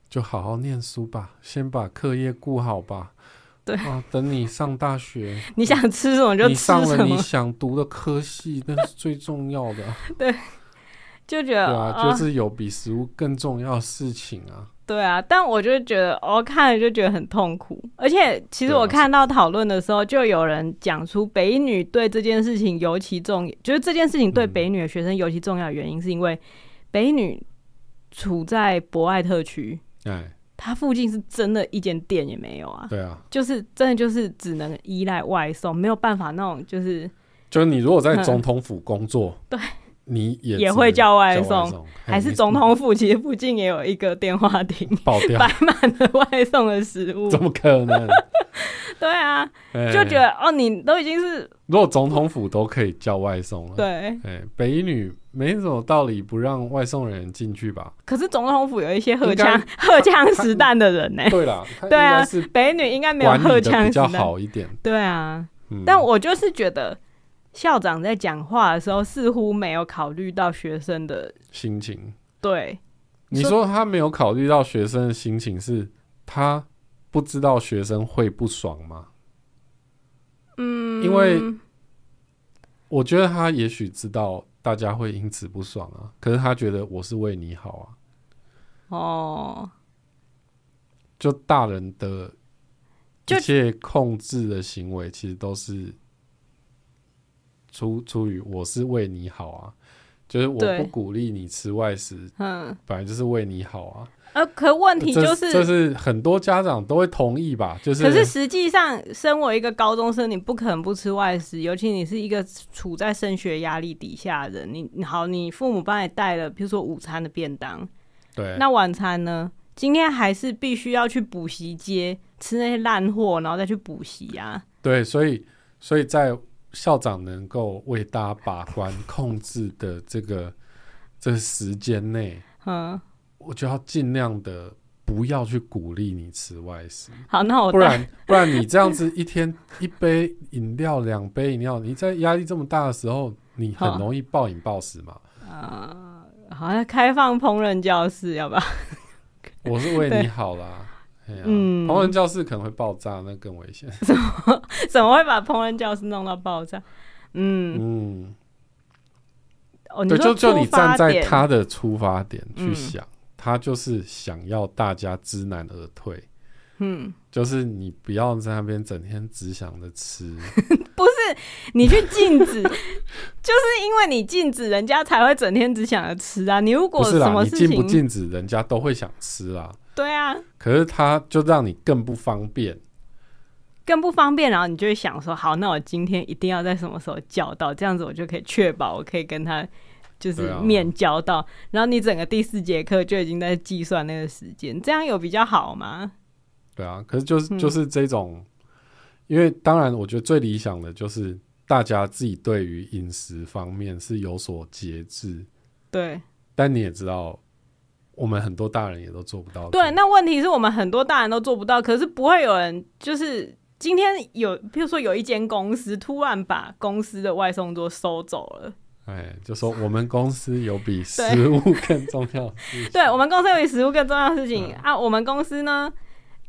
C: 就好好念书吧，先把课业顾好吧。
B: 对
C: 啊，等你上大学，
B: 你想吃什么就
C: 你
B: 吃
C: 上
B: 什
C: 了你
B: 么，
C: 想读的科系，那是最重要 的啊。
B: 就觉得
C: 对啊，就是有比食物更重要的事情啊。
B: 对啊，但我就觉得，我、看了就觉得很痛苦。而且，其实
C: 对啊
B: 我看到讨论的时候，就有人讲出北一女对这件事情尤其重，就是这件事情对
C: 嗯
B: 北一女的学生尤其重要的原因，是因为北一女处在博爱特区，
C: 哎，
B: 它附近是真的一间店也没有啊，
C: 对啊，
B: 就是真的就是只能依赖外送，没有办法那种就是
C: 就是你如果在
B: 嗯
C: 总统府工作，
B: 对，
C: 你也
B: 也
C: 只
B: 会
C: 能
B: 叫外送
C: 送，嘿
B: 还是
C: 你
B: 总统府其实附近也有一个电话亭，
C: 爆掉
B: 摆，满了外送的食物。
C: 啊 怎么可能？
B: 对啊，
C: 哎
B: 就觉得哦，你都已经是
C: 如果总统府都可以叫外送了，，
B: 对，
C: 哎，北一女没什么道理不让外送人进去吧？
B: 可是总统府有一些荷
C: 应该
B: 枪 荷枪实弹的人呢、
C: 对啦，她
B: 对啊
C: 应该是
B: 北女应该没有
C: 管
B: 荷
C: 理的
B: 枪
C: 比
B: 实
C: 较
B: 弹，
C: 好一嗯点。
B: 对啊。
C: 嗯，
B: 但我就是觉得校长在讲话的时候，似乎没有考虑到学生的
C: 心情，
B: 对
C: 你
B: 说
C: 说他没有考虑到学生的心情，是他不知道学生会不爽吗？嗯，因为我觉得他也许知道大家会因此不爽啊，可是他觉得我是为你好啊，
B: 哦，
C: 就大人的
B: 就
C: 一切控制的行为，其实都是出出于我是为你好啊，就是我
B: 对
C: 不鼓励你吃外食，
B: 嗯，
C: 本来就是为你好啊。
B: 呃，可问题就
C: 这是很多家长都会同意吧？就是
B: 可是实际上，身为一个高中生，你不可能不吃外食，尤其你是一个处在升学压力底下的人。你你好，你父母帮你带了，比如说午餐的便当，
C: 对，
B: 那晚餐呢？今天还是必须要去补习街吃那些烂货，然后再去补习啊。
C: 对，所以所以在校长能够为大家把关控制的这个这个时间内，
B: 嗯，
C: 我就要尽量的不要去鼓励你吃外食，
B: 好，那我
C: 不
B: 大
C: 然 不然你这样子一天一杯饮料、两杯饮料，你在压力这么大的时候，你很
B: 好
C: 容易暴饮暴食嘛。
B: 啊、好像开放烹饪教室，要不 要？
C: 我是为
B: 对
C: 你好啦。哎呀
B: 嗯
C: 烹饪教室可能会爆炸，那更危险。
B: 怎么会把烹饪教室弄到爆炸？ 嗯，
C: 嗯，
B: 哦，你
C: 对，
B: 说
C: 就就你
B: 出发
C: 站在
B: 点
C: 他的出发点去
B: 嗯
C: 想，他就是想要大家知难而退，
B: 嗯，
C: 就是你不要在那边整天只想着 吃。
B: 不是你去禁止， 就是因为你禁止，人家才会整天只想着吃啊。你如
C: 不
B: 果
C: 是
B: 什
C: 啦，
B: 么
C: 你
B: 事
C: 禁
B: 情，
C: 不禁止人家都会想吃啦。
B: 对啊，
C: 可是他就让你更不方便，
B: 更不方便，然后你就会想说，好，那我今天一定要在什么时候叫到，这样子我就可以确保我可以跟他就是
C: 对啊
B: 面交到。然后你整个第四节课就已经在计算那个时间，这样有比较好吗？
C: 对啊。可是就是
B: 嗯
C: 就是这种，因为当然，我觉得最理想的就是大家自己对于饮食方面是有所节制，
B: 对
C: 但你也知道，我们很多大人也都做不到这
B: 对，
C: 样。
B: 那问题是我们很多大人都做不到，可是不会有人就是。今天有，比如说有一间公司突然把公司的外送桌收走了，
C: 哎，就说我们公司有比食物更重要的 事情。
B: 对我们公司有比食物更重要的事情、
C: 嗯
B: 啊。我们公司呢，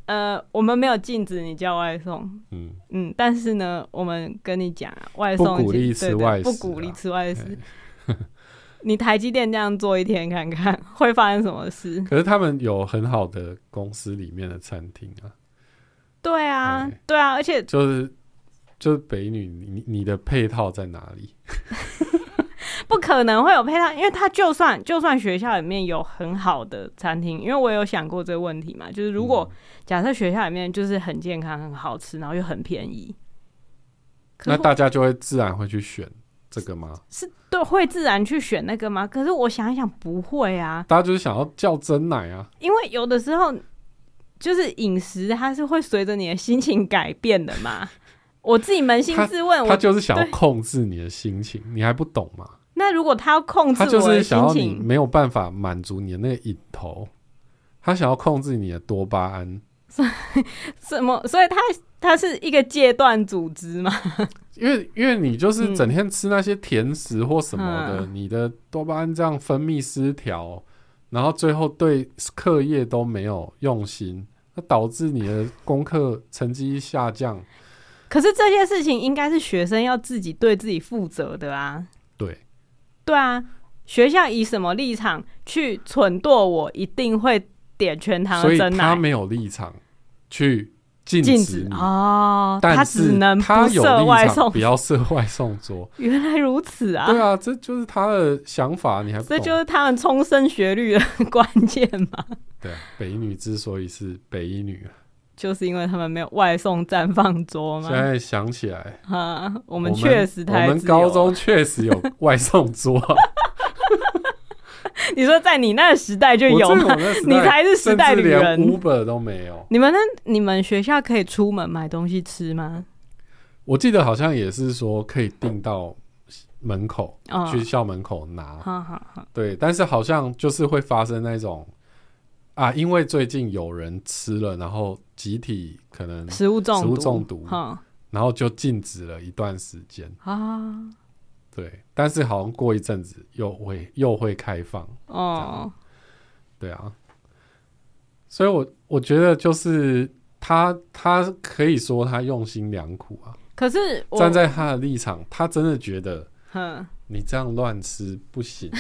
B: 呃，我们没有禁止你叫外送，
C: 嗯，
B: 嗯，但是呢，我们跟你讲啊，外
C: 不
B: 送
C: 鼓
B: 已经
C: 励
B: 对
C: 吃
B: 对
C: 外
B: 不
C: 食
B: 鼓励
C: 啦
B: 吃外食
C: 哎。
B: 你台积电这样做一天看看，会发生什么事？
C: 可是他们有很好的公司里面的餐厅啊，
B: 对啊
C: 哎，
B: 对啊，而且
C: 就是就是北女，你你的配套在哪里？
B: 不可能会有配套，因为他就算就算学校里面有很好的餐厅，因为我有想过这个问题嘛，就是如
C: 嗯
B: 果假设学校里面就是很健康、很好吃，然后又很便宜，可
C: 那
B: 是
C: 大家就会自然会去选这个吗？
B: 是对会自然去选那个吗？可是我想一想，不会啊，
C: 大家就是想要叫真奶啊，
B: 因为有的时候就是饮食，它是会随着你的心情改变的 嘛。我自己扪心自问，
C: 他
B: 我
C: 就是想要
B: 对
C: 控制你的心情，你还不懂吗？
B: 那如果他要控制
C: 他就
B: 我的
C: 是想
B: 心
C: 要你
B: 情，
C: 没有办法满足你的那个瘾头，他想要控制你的多巴胺，
B: 什么？所以他他是一个戒断组织嘛？
C: 因为因为你就是
B: 嗯
C: 整天吃那些甜食或什么的，
B: 嗯
C: 你的多巴胺这样分泌失调，然后最后对课业都没有用心，那导致你的功课成绩下降。
B: 可是这些事情应该是学生要自己对自己负责的啊。
C: 对，
B: 对啊，学校以什么立场去蠢惰我，一定会点全糖
C: 所
B: 的
C: 以
B: 真奶
C: 他没有立场去禁
B: 禁
C: 止
B: 止
C: 你。
B: 哦，
C: 但
B: 只
C: 是
B: 能
C: 他
B: 不
C: 有
B: 设外
C: 立场，
B: 送
C: 不。要设外送桌。
B: 原来如此啊！
C: 对啊，这就是他的想法，你还不
B: 这
C: 懂？
B: 就是他们冲升学率的关键嘛，
C: 对啊，北一女之所以是北一女，
B: 就是因为他们没有外送绽放桌
C: 现
B: 嘛。
C: 在想起来，
B: 啊，我
C: 我
B: 们确实
C: 我
B: 太
C: 们
B: 自由
C: 高
B: 了，
C: 中确实 有外送桌，
B: 你说在你那个时代就
C: 我
B: 有
C: 这
B: 吗
C: 我？那时
B: 你
C: 代
B: 才是时代
C: 甚至
B: 旅
C: 连
B: 人
C: Uber 都没有。
B: 你们那你们学校可以出门买东西吃吗？
C: 我记得好像也是说可以订到门口，
B: 啊、
C: 去校门口拿。
B: 好好好，
C: 对，但是好像就是会发生那种啊，因为最近有人吃了，然后集体可能，
B: 食物中毒，
C: 食物中毒
B: 哈
C: 然后就禁止了一段时间。
B: 啊，
C: 对，但是好像过一阵子又会又会开放。
B: 哦，
C: 对啊，所以我我觉得就是他他可以说他用心良苦啊，
B: 可是我
C: 站在他的立场，他真的觉得
B: 哼，
C: 你这样乱吃 不行。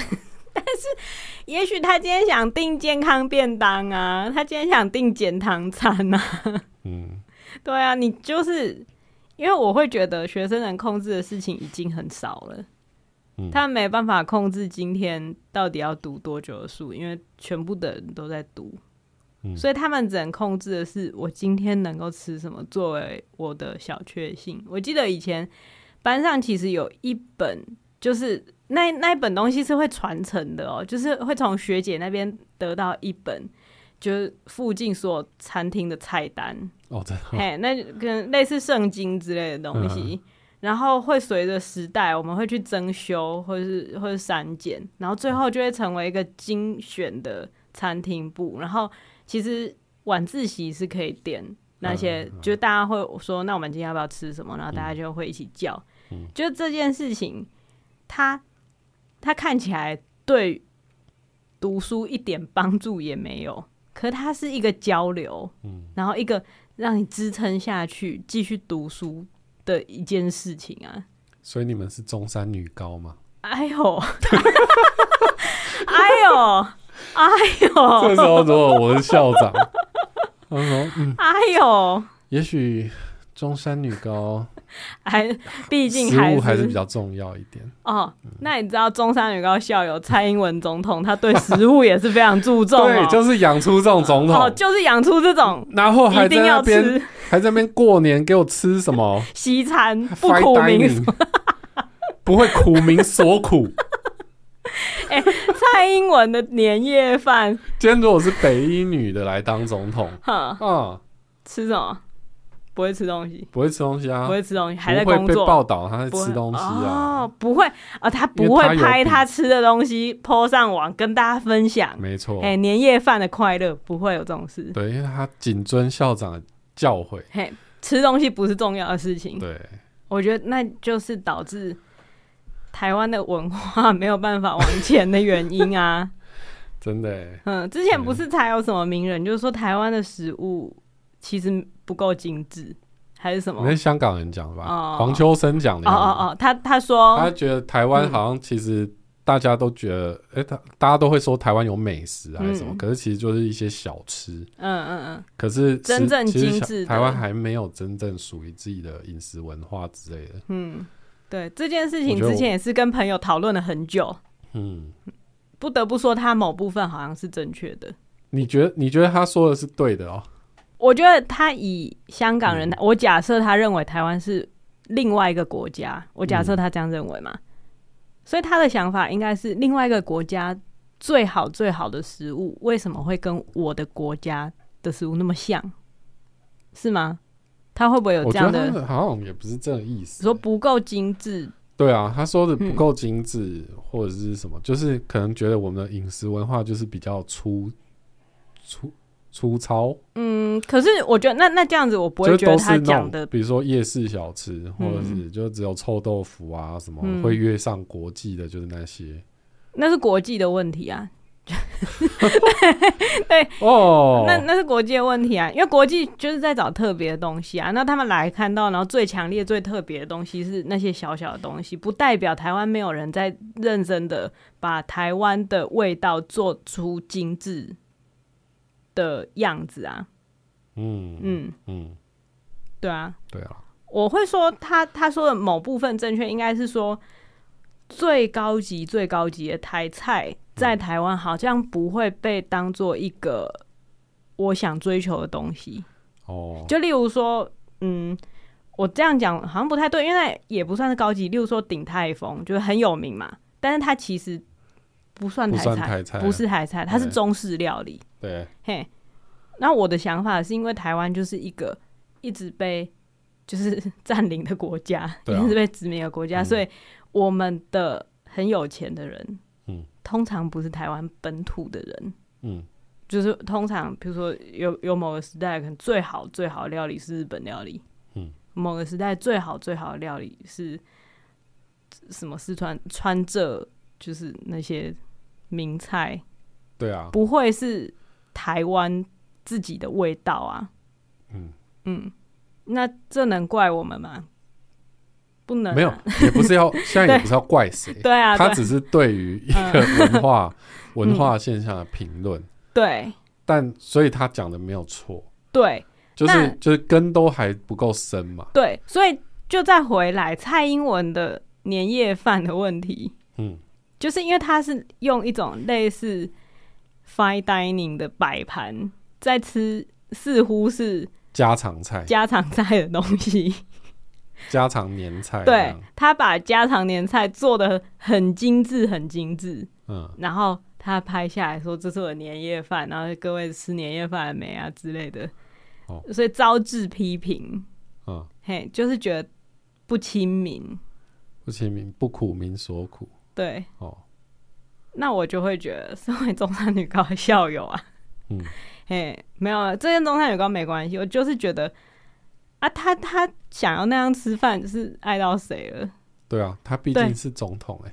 B: 也许他今天想订健康便当啊，他今天想订减糖餐啊。
C: 嗯，
B: 对啊，你就是因为我会觉得学生能控制的事情已经很少了，
C: 嗯
B: 他没办法控制今天到底要读多久的书，因为全部的人都在读，
C: 嗯
B: 所以他们只能控制的是我今天能够吃什么作为我的小确幸。我记得以前班上其实有一本，就是那那一本东西是会传承的哦，就是会从学姐那边得到一本。就是附近所有餐厅的菜单，
C: 哦，真的
B: 嘿，那就跟类似圣经之类的东
C: 嗯
B: 西，然后会随着时代，我们会去增修，或是或是删减，然后最后就会成为一个精选的餐厅部。然后其实晚自习是可以点那些，
C: 嗯嗯
B: 就大家会说，那我们今天要不要吃什么？然后大家就会一起叫，
C: 嗯
B: 就这件事情。他他看起来对读书一点帮助也没有，可它是一个交流，
C: 嗯
B: 然后一个让你支撑下去继续读书的一件事情啊。
C: 所以你们是中山女高嘛？
B: 哎呦， 哎呦，哎
C: 这时
B: 呦，
C: 候如果我是校长， 他说嗯，
B: 哎呦，
C: 也许中山女高
B: 还毕竟
C: 食
B: 还
C: 物
B: 是
C: 还是比较重要一点。
B: 哦。那你知道中山女高校友蔡英文总统，他对食物也是非常注重、哦，
C: 对，就是养出这种总统，
B: 哦，就是养出这种
C: 然后还
B: 一
C: 在
B: 定
C: 那
B: 要
C: 边
B: 吃
C: 还在那边过年给我吃什么
B: 西餐，不
C: fine
B: 苦民诉
C: dining，不会苦民所苦。
B: 蔡英文的年夜饭，
C: 今天如果是北一女的来当总统
B: 哼，
C: 啊，
B: 吃什么？不会吃东西，
C: 不会吃东西啊，
B: 不会吃东西，还在
C: 不会
B: 工
C: 被
B: 作，
C: 报道他在
B: 不会
C: 吃东西啊，
B: 哦，不会啊，他
C: 因
B: 不
C: 为他
B: 会
C: 有
B: 拍
C: 病
B: 他吃的东西 po 上网跟大家分享。
C: 没错，
B: 哎、年夜饭的快乐不会有这种事。
C: 对，因为他谨遵校长的教诲，
B: 嘿，吃东西不是重要的事情，
C: 对，
B: 我觉得那就是导致台湾的文化没有办法往前的原因啊。
C: 真的耶
B: 嗯，之前不是才有什么名人，就是说台湾的食物其实不够精致，还是什么
C: 你？跟香港人讲
B: 哦
C: 吧，黄秋生讲的
B: 哦
C: 样子，
B: 哦哦，他他说
C: 他觉得台湾好像其实大家都觉得，哎，他大家都会说台湾有美食啊还是什么，
B: 嗯
C: 可是其实就是一些小吃，
B: 嗯嗯嗯，
C: 可是实
B: 真正
C: 其实
B: 精
C: 小
B: 致的
C: 台湾还没有真正属于自己的饮食文化之类
B: 嗯对
C: 的，
B: 这件事情
C: 我觉得
B: 之
C: 我
B: 前也是跟朋友讨论了很久，
C: 嗯。
B: 不得不说他某部分好像是正确的。
C: 你觉得你觉得他说的是对的哦？
B: 我觉得他以香港
C: 嗯
B: 人，我假设他认为台湾是另外一个国家，我假
C: 嗯
B: 设他这样认为嘛，所以他的想法应该是另外一个国家最好最好的食物为什么会跟我的国家的食物那么像，是吗？他会不会有
C: 我
B: 呃这
C: 觉
B: 样
C: 得
B: 的
C: 他好像也不是这个意思。
B: 说嗯不够精致？
C: 对啊，他说的不够精致、或者是什么，就是可能觉得我们的饮食文化就是比较粗粗粗糙，
B: 嗯，可是我觉得那那这样子，我不
C: 就
B: 会
C: 是
B: 觉得
C: 都
B: 他
C: 是那
B: 讲
C: 种
B: 的
C: 比如说夜市小吃，或者是就只有臭豆腐啊什么、
B: 嗯
C: 会跃上国际的，就是那些
B: 那是国际的问题啊，
C: 哦。
B: 那那是国际的问题啊，因为国际就是在找特别的东西啊。那他们来看到，然后最强烈、最特别的东西是那些小小的东西，不代表台湾没有人在认真的把台湾的味道做出精致的样子啊。
C: 嗯嗯
B: 嗯，
C: 嗯，
B: 对啊，
C: 对啊，
B: 我会说他他说的某部分正确，应该是说最高级、最高级的台菜在台湾好像不会被当做一个我想追求的东西。
C: 哦，
B: 就例如说，嗯，我这样讲好像不太对，因为那也不算是高级。例如说鼎泰丰，就是很有名嘛，但是它其实不算
C: 不
B: 台
C: 算
B: 菜，
C: 台菜啊
B: 不是台菜，它是
C: 对
B: 中式料理。
C: 对，
B: 嘿，那我的想法是因为台湾就是一个一直被就是 占领的国家，
C: 对啊
B: 一直被殖民的国家，
C: 嗯
B: 所以我们的很有钱的人，
C: 嗯，
B: 通常不是台湾本土的人，
C: 嗯
B: 就是通常，比如说有有某个时代，可能最好最好的料理是日本料理，
C: 嗯，
B: 某个时代最好最好的料理是什么四川川浙，就是那些名菜，
C: 对啊，
B: 不会是台湾自己的味道啊。
C: 嗯，
B: 嗯，那这能怪我们吗？不能、啊
C: 没有，也不 是要现在也不是要怪谁，
B: 嗯对 啊，
C: 他
B: 对
C: 只是对于一个文化文化现象的评论，
B: 嗯对
C: 但所以他讲的没有错，
B: 对
C: 就
B: 那
C: 是就是根都还不够深嘛，
B: 对，所以就再回来蔡英文的年夜饭的问题。
C: 嗯，
B: 就是因为他是用一种类似 fine dining 的摆盘在吃，似乎是
C: 家常菜、
B: 家常菜的东西。
C: 家常年菜，
B: 对，他把家常年菜做的很精致，很精致，
C: 嗯，
B: 然后他拍下来说：“这是我的年夜饭。”然后各位吃年夜饭了没啊之类的。
C: 哦
B: 所以招致批评，
C: 嗯，
B: 嘿，就是觉得不亲民。
C: 不其民不苦民所苦
B: 对，
C: 哦，
B: 那我就会觉得，身为中山女高的校友啊，
C: 嗯，
B: 嘿，没有，啊这跟中山女高没关系，我就是觉得啊，他他想要那样吃饭，是爱到谁了？
C: 对啊，他毕
B: 对
C: 竟是总统哎、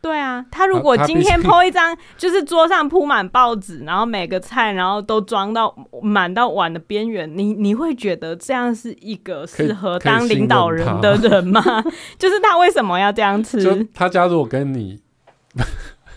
B: 对啊，他如果
C: 他他
B: 今
C: 必须
B: 天剖一张，就是桌上铺满报纸，然后每个菜，然后都装到满到碗的边缘，你你会觉得这样是一个
C: 可以
B: 适合
C: 可以
B: 当
C: 信
B: 领导
C: 任
B: 人
C: 他
B: 的 人吗？就是他为什么要这样
C: 就
B: 吃？
C: 他家如果跟你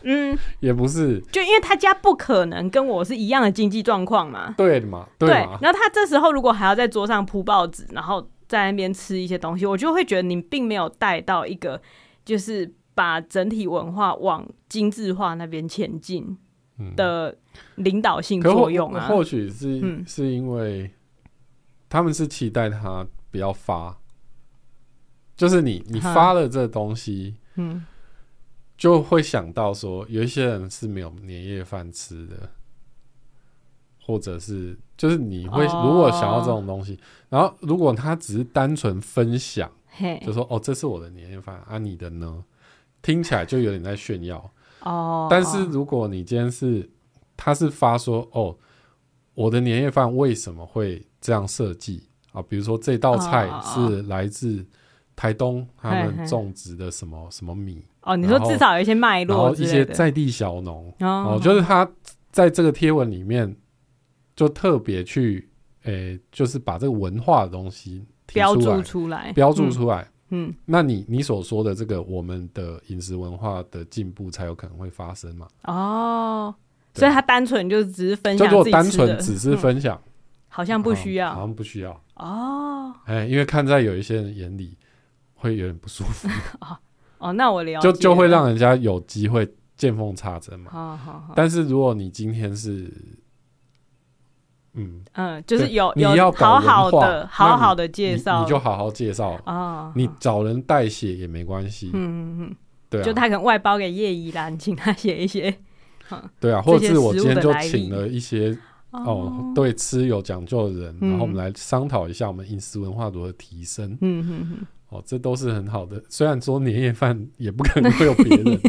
B: 嗯，
C: 也不是
B: 就因为他家不可能跟我是一样的经济状况嘛。
C: 对的嘛，对啊嘛，
B: 然后他这时候如果还要在桌上铺报纸，然后在那边吃一些东西，我就会觉得你并没有带到一个，就是把整体文化往精致化那边前进
C: 嗯
B: 的领导性
C: 可或
B: 作用啊。
C: 或许是、
B: 嗯
C: 是因为他们是期待他不要发，就是你你
B: 哈
C: 发了这东西，
B: 嗯，
C: 就会想到说有一些人是没有年夜饭吃的，或者是就是你会
B: 哦
C: 如果想要这种东西，然后如果他只是单纯分享，
B: 嘿
C: 就，说哦这是我的年夜饭啊你的呢，听起来就有点在炫耀。
B: 哦，
C: 但是如果你今天是，他是发说哦，我的年夜饭为什么会这样设计啊？比如说这道菜
B: 哦哦哦
C: 是来自台东他
B: 嘿
C: 们
B: 嘿
C: 种植的什么什么米，
B: 哦，你说
C: 然后
B: 至少有一些脉
C: 然后
B: 络之
C: 一
B: 类
C: 些
B: 的。
C: 在地小农
B: 哦
C: 哦，就是他在这个贴文里面就特别去诶，就是把这个文化的东西提
B: 标
C: 出
B: 注
C: 来，
B: 出来，
C: 标注出来。
B: 嗯，嗯，
C: 那你你所说的这个我们的饮食文化的进步才有可能会发生嘛？
B: 哦，
C: 对
B: 所以他单纯就只是分
C: 就
B: 享
C: 如果
B: 自己
C: 单
B: 吃的
C: 纯只是分享，啊
B: 好像不需
C: 好
B: 要
C: 像不需要。
B: 哦
C: 哎，因为看在有一些人眼里会有点不舒服，
B: 哦，那我了解
C: 就
B: 了，
C: 就会让人家有机会见缝插针嘛。
B: 好好好，
C: 但是如果你今天是，嗯，
B: 嗯，就是
C: 对
B: 有
C: 你
B: 有
C: 要搞
B: 好好
C: 文化
B: 的好好的
C: 你
B: 介绍，
C: 你就好好介绍，
B: 哦，
C: 你找人代写也没关系，
B: 嗯嗯嗯，
C: 对
B: 就
C: 啊，
B: 他可能外包给叶怡兰，请他写一 些
C: 对啊，或者
B: 这些
C: 是我
B: 食
C: 今
B: 物
C: 天
B: 的
C: 就
B: 来
C: 请
B: 历
C: 了一些哦，对吃有讲究的人，然后我们
B: 嗯
C: 来商讨一下我们饮食文化如何提升。
B: 嗯嗯嗯，
C: 哦，这都是很好的。虽然说年夜饭也不可能会有别人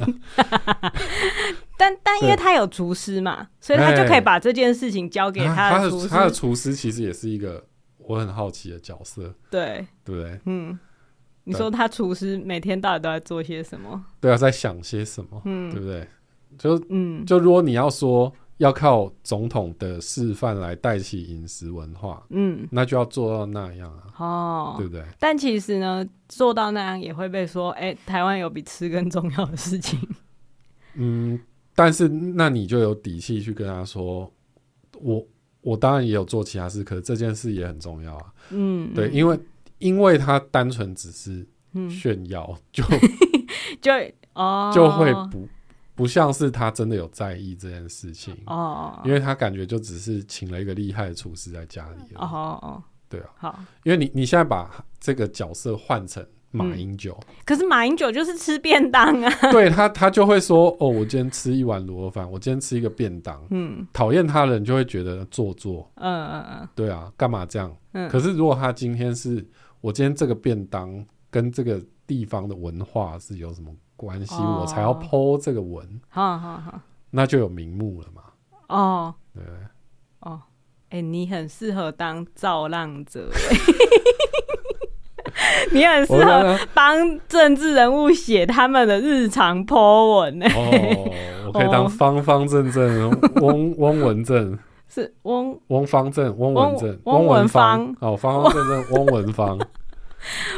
C: 啊，
B: 但但因为
C: 对
B: 他有厨师嘛，所以他就可以
C: 哎
B: 把这件事情交 给
C: 啊
B: 的
C: 的
B: 厨
C: 他的
B: 师，
C: 厨师其实也是一个我很好奇的角色，
B: 对，
C: 对不对？
B: 嗯。你说他厨师每天到底都在做些什么？
C: 对啊，在想些什么，对
B: 嗯
C: 不对？就
B: 嗯，
C: 就如果你要说要靠总统的示范来带起饮食文化，
B: 嗯，
C: 那就要做到那样啊，
B: 哦，
C: 对不对？
B: 但其实呢，做到那样也会被说，哎、台湾有比吃更重要的事情。
C: 嗯，但是那你就有底气去跟他说，我我当然也有做其他事，可是这件事也很重要啊。
B: 嗯，
C: 对，因为因为他单纯只是
B: 嗯
C: 炫耀，就
B: 就哦，
C: 就会不不像是他真的有在意这件事情，
B: 哦，
C: 因为他感觉就只是请了一个厉害的厨师在家
B: 哦
C: 里而已。
B: 哦哦，
C: 对啊，
B: 好。
C: 因为你你现在把这个角色换成马英九，
B: 可是马英九就是吃便当啊，
C: 对他他就会说哦，我今天吃一碗卤肉饭，我今天吃一个便当。
B: 嗯
C: 讨厌他的人就会觉得做作，
B: 嗯嗯
C: 对啊，干嘛这样？
B: 嗯
C: 可是如果他今天是我今天这个便当跟这个地方的文化是有什么关系，
B: 哦
C: 我才要剖这个文，
B: 嗯，好好好，
C: 那就有名目了嘛，
B: 哦
C: 对不对？
B: 哦，哎、你很适合当造浪者，欸 你很适
C: 我
B: 合
C: 呢
B: 帮政治人物写他们的日常 po 文欸呢、
C: 哦，我可以
B: 哦
C: 当方方正正、翁翁文正、
B: 是翁
C: 翁方正、翁文正、
B: 翁翁
C: 翁
B: 文
C: 文芳
B: 芳，
C: 哦，方方 正正、翁文芳，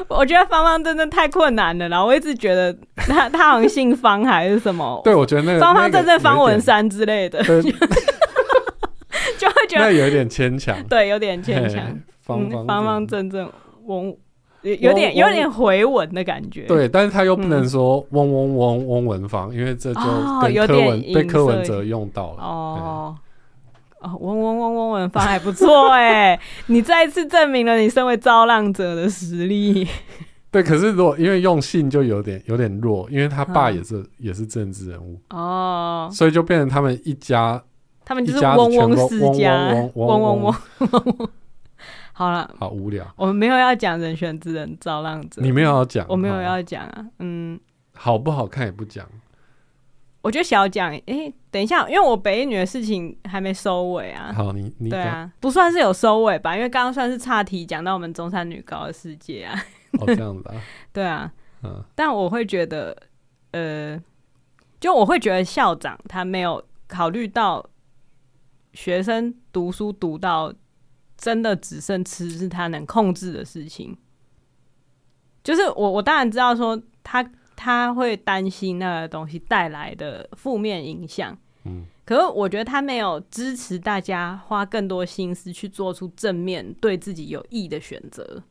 B: 我觉得芳芳真的太困难了啦，我一直觉得他他好像姓方还是什么，
C: 对，我觉得那个
B: 方方正正方文，山之类的， 就会觉
C: 那个
B: 得
C: 有一点对，那有一点牵强，
B: 对有点牵强
C: 嘿。，
B: 嗯
C: 方
B: 方
C: 方正
B: 方正正翁，有有点
C: 翁
B: 有点回文的感觉。
C: 对，但是他又不能说嗡嗡嗡嗡文芳，因为这就
B: 嗯哦
C: 跟
B: 有
C: 柯
B: 点
C: 文
B: 影
C: 被柯文
B: 射
C: 哲用到了。
B: 哦。哦，翁翁翁翁文芳还不错哎、你再次证明了你身为造浪者的实力。
C: 对，可是如果因为用姓就有点有点弱，因为他爸
B: 嗯
C: 也是也是政治人物，
B: 哦，
C: 所以就变成他们一家
B: 他们就是
C: 一家子
B: 翁
C: 全部
B: 翁世家，
C: 翁 翁
B: 翁
C: 翁
B: 翁
C: 翁
B: 翁。 好了，
C: 好无聊。
B: 我们没有要讲人选之人造浪者，
C: 你哦没有要讲，
B: 我没有
C: 好
B: 要讲啊。嗯，
C: 好不好看也不讲。
B: 我觉得小讲，诶、等一下，因为我北一女的事情还没收尾啊。
C: 好，你你
B: 对
C: 讲
B: 啊，不算是有收尾吧，因为刚刚算是岔题，讲到我们中山女高的世界啊。
C: 哦这样子啊，
B: 对啊，
C: 嗯，
B: 但我会觉得，呃，就我会觉得校长他没有考虑到学生读书读到真的只剩吃是他能控制的事情。就是我我当然知道说他他会担心那个东西带来的负面影响，
C: 嗯，
B: 可是我觉得他没有支持大家花更多心思去做出正面对自己有益的选择，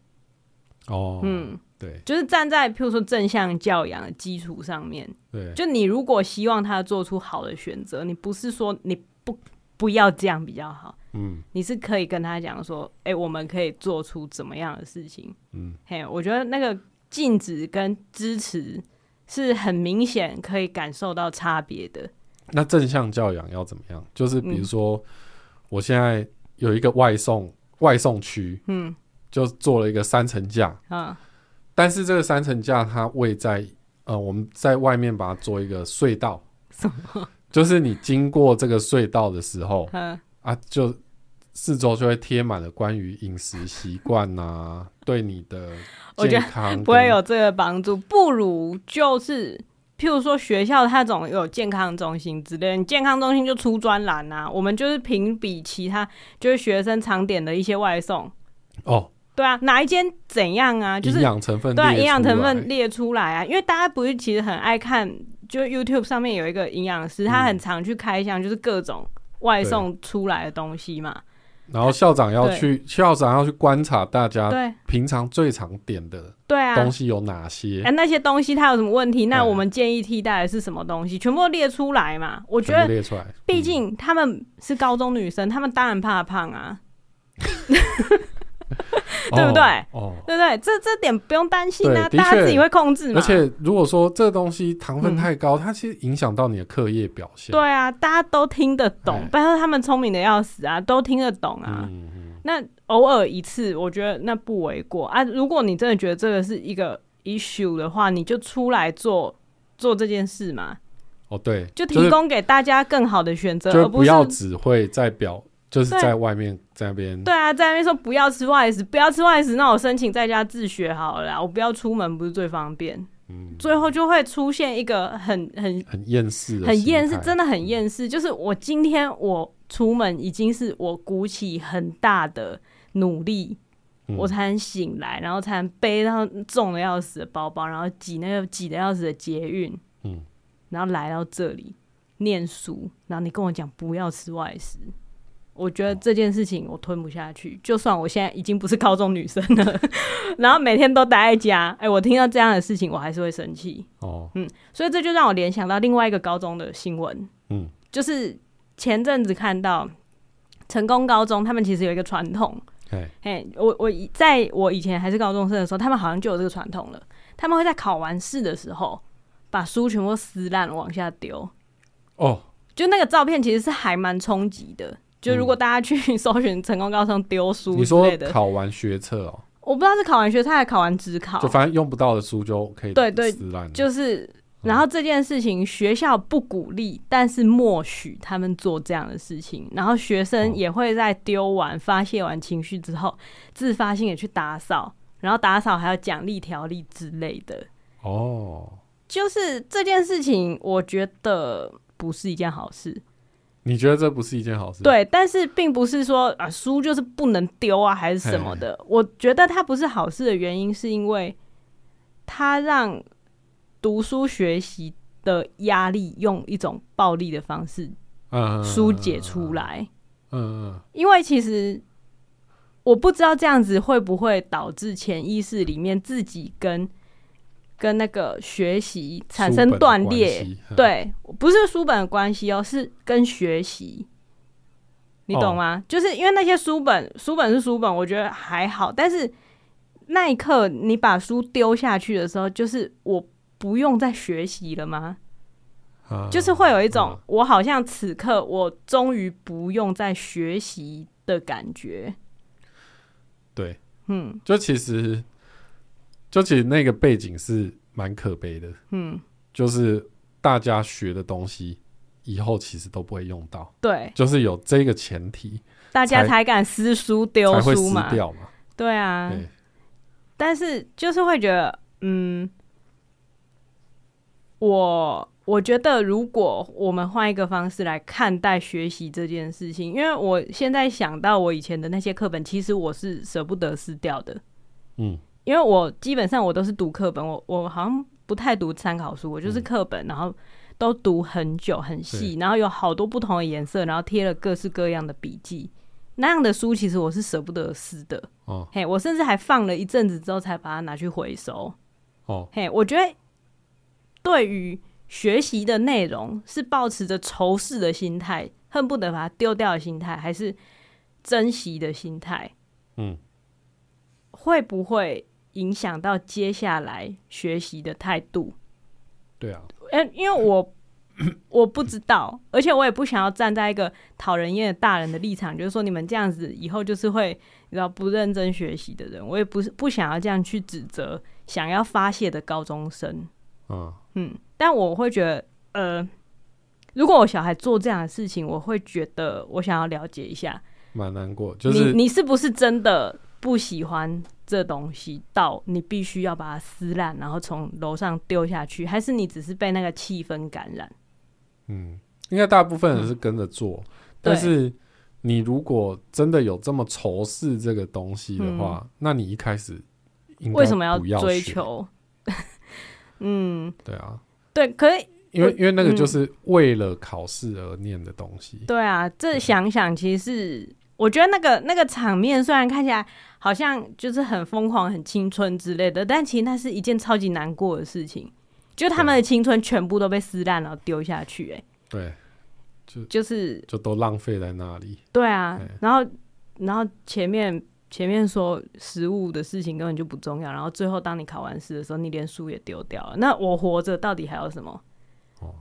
C: 哦，
B: 嗯，
C: 对
B: 就是站在譬如说正向教养的基础上面，
C: 对，
B: 就你如果希望他做出好的选择，你不是说你不不要这样比较好，
C: 嗯
B: 你是可以跟他讲说，哎、我们可以做出怎么样的事情。
C: 嗯，
B: 嘿，我觉得那个禁止跟支持是很明显可以感受到差别的。
C: 那正向教养要怎么样？
B: 嗯
C: 就是比如说，我现在有一个外送外送区，
B: 嗯
C: 就做了一个三层架，
B: 嗯
C: 但是这个三层架它位在呃，我们在外面把它做一个隧道，就是你经过这个隧道的时候
B: 嗯
C: 啊，就四周就会贴满了关于饮食习惯呐，对你的
B: 我觉
C: 健
B: 得
C: 康
B: 不会
C: 跟
B: 有这个帮助，不如就是譬如说学校它总有健康中心之类的，你健康中心就出专栏啊，我们就是评比其他就是学生常点的一些外送，
C: 哦
B: 对啊，哪一间怎样啊，就
C: 嗯营
B: 是
C: 养成分
B: 对啊，
C: 列
B: 营养
C: 出
B: 成
C: 来
B: 分列出来啊，因为大家不是其实很爱看，就 YouTube 上面有一个营养师，他
C: 嗯
B: 很常去开箱，就是各种外送出来的东西嘛，
C: 然后校长要
B: 对
C: 去校长要去观察大家
B: 对
C: 平常最常点的
B: 对啊，
C: 啊东西有哪些
B: 哎、，那些东西它有什么问题？那
C: 嗯
B: 我们建议替代的是什么东西？全部都列出来嘛。我觉
C: 全部
B: 得，
C: 列出来。
B: 毕
C: 嗯
B: 竟他们是高中女生，他们当然怕胖啊，对不对
C: 哦哦，
B: 对不对？这这点不用担心啊，
C: 对的确
B: 大家自己会控制嘛。
C: 而且如果说这个东西糖分
B: 嗯
C: 太高，它其实影响到你的课业表现。
B: 对啊，大家都听得懂
C: 哎，
B: 但是他们聪明的要死啊，都听得懂啊。
C: 嗯，嗯
B: 那偶尔一次，我觉得那不为过啊。如果你真的觉得这个是一个 issue 的话，你就出来做做这件事嘛，
C: 哦对，
B: 就是提供给大家更好的选择，
C: 就是
B: 而
C: 不
B: 是
C: 要只会在表，就是
B: 对
C: 在外面在那边。
B: 对啊，在那边说不要吃外食，不要吃外食，那我申请在家自学好了啦，我不要出门，不是最方便。
C: 嗯，
B: 最后就会出现一个很很
C: 很厌世的心态，
B: 很厌世，真
C: 的
B: 的很厌世。就是我今天我出门已经是我鼓起很大的努力，
C: 嗯
B: 我才能醒来，然后才能背到重的要死的包包，然后挤那个挤的要死的捷运，
C: 嗯，
B: 然后来到这里念书，然后你跟我讲不要吃外食，我觉
C: 哦
B: 得这件事情我吞不下去。就算我现在已经不是高中女生了， 然后每天都待在家，哎、我听到这样的事情，我还是会生气。
C: 哦，
B: 所以这就让我联想到另外一个高中的新闻，
C: 嗯，
B: 就是前阵子看到成功高中，他们其实有一个传统，
C: 哎，
B: 哎，我我以在我以前还是高中生的时候，他们好像就有这个传统了。他们会在考完试的时候，把书全部都撕烂往下丢。
C: 哦，
B: 就那个照片其实是还蛮冲击的。就如果大家去 搜寻成功高中丢书
C: 嗯你
B: 之
C: 说
B: 类的，
C: 考完学测哦，
B: 我不知道是考完学赛还是考完职考
C: 就，反正用不到的书就可以
B: 哦对对
C: 撕烂了，
B: 就是。然后这件事情学校不鼓励，但是默许他们做这样的事情。然后学生也会在丢完、发泄完情绪之后，自发性的去打扫，然后打扫还有奖励条例之类的。
C: 哦。
B: 就是这件事情，我觉得不是一件好事。
C: 你觉得这不是一件好事？，
B: 对，但是并不是说啊书就是不能丢啊，还是什么的。我觉得它不是好事的原因，是因为它让读书学习的压力用一种暴力的方式
C: 嗯，嗯
B: 疏解出。来。
C: 嗯嗯，
B: 因为其实我不知道这样子会不会导致潜意识里面自己跟跟那个学习产生断裂
C: 书。本的关系，嗯
B: 对，不是书本的关系哦，是跟学习，你
C: 哦
B: 懂吗？就是因为那些书本，书本是书本，我觉得还好，但是那一刻你把书丢下去的时候，就是我不用再学习了吗？
C: 嗯
B: 就是会有一
C: 嗯
B: 种我好像此刻我终于不用再学习的感觉。
C: 对，
B: 嗯
C: 就其实，就其实那个背景是蛮可悲的，
B: 嗯，
C: 就是大家学的东西以后其实都不会用到，
B: 对，
C: 就是有这个前提
B: 大家
C: 才
B: 才敢撕书丢
C: 才会
B: 书
C: 撕
B: 嘛，
C: 掉嘛。
B: 对啊，
C: 对，
B: 但是就是会觉得，嗯，我我觉得如果我们换一个方式来看待学习这件事情，因为我现在想到我以前的那些课本，其实我是舍不得撕掉的，
C: 嗯，
B: 因为我基本上我都是读课本，我我好像不太读参考书，我就是课本，然后都读很久很细，然后有好多不同的颜色，然后贴了各式各样的笔记。那样的书其实我是舍不得撕的，
C: 哦
B: 嘿，我甚至还放了一阵子之后才把它拿去回收。
C: 哦，
B: 嘿，我觉得对于学习的内容是保持着仇视的心态，恨不得把它丢掉的心态，还是珍惜的心态，
C: 嗯，
B: 会不会影响到接下来学习的态度？
C: 对啊，
B: 嗯，因为我我不知道，而且我也不想要站在一个讨人厌的大人的立场，就是说你们这样子以后就是会你知道不认真学习的人，我也不是不想要这样去指责想要发泄的高中生。
C: 嗯，
B: 嗯，但我会觉得，呃，如果我小孩做这样的事情，我会觉得我想要了解一下，
C: 蛮难过，就是
B: 你你是不是真的不喜欢这东西，到你必须要把它撕烂，然后从楼上丢下去，还是你只是被那个气氛感染？
C: 嗯，应该大部分人是跟着做，
B: 嗯
C: 但
B: 对
C: 是你如果真的有这么仇视这个东西的话，那你一开始应该
B: 嗯为什么
C: 不
B: 要
C: 要
B: 追
C: 学？
B: 求？嗯，
C: 对啊，
B: 对，可以，
C: 因为
B: 我
C: 因为那个
B: 嗯
C: 就是为了考试而念的东西，
B: 对啊，这想想其实是。我觉得那个那个场面虽然看起来好像就是很疯狂、很青春之类的，但其实那是一件超级难过的事情。就
C: 啊
B: 他们的青春全部都被撕烂，然后丢下去、哎，
C: 对，
B: 就是
C: 就都浪费在那里。
B: 对啊
C: 对。
B: 然后，然后前面前面说食物的事情根本就不重要，然后最后当你考完试的时候，你连书也丢掉了。那我活着到底还有什么？
C: 哦，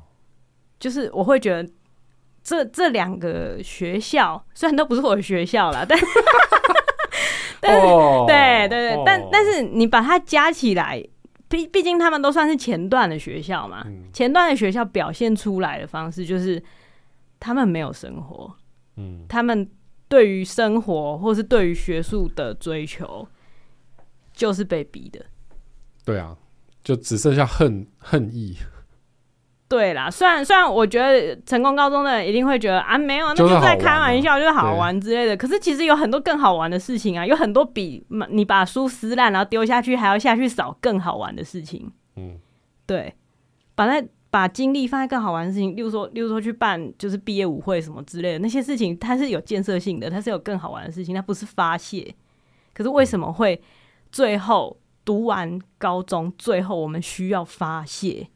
B: 就是我会觉得这这两个学校虽然都不是我的学校啦，但但是
C: 哦
B: 对对对，
C: 哦
B: 但但是你把它加起来，毕毕竟他们都算是前段的学校嘛，
C: 嗯
B: 前段的学校表现出来的方式就是他们没有生活，
C: 嗯，
B: 他们对于生活或是对于学术的追求就是被逼的。
C: 对啊，就只剩下恨恨意，
B: 对啦，虽然虽然我觉得成功高中的人一定会觉得啊，没有，那
C: 就是
B: 就
C: 好玩啊
B: 在开玩笑，就是好玩之类的。可是其实有很多更好玩的事情啊，有很多比你把书撕烂然后丢下去，还要下去扫更好玩的事情。
C: 嗯，
B: 对，把那把精力放在更好玩的事情，例如说，例如说去办就是毕业舞会什么之类的那些事情，它是有建设性的，它是有更好玩的事情，它不是发泄。可是为什么会最后读完高中，最后我们需要发泄？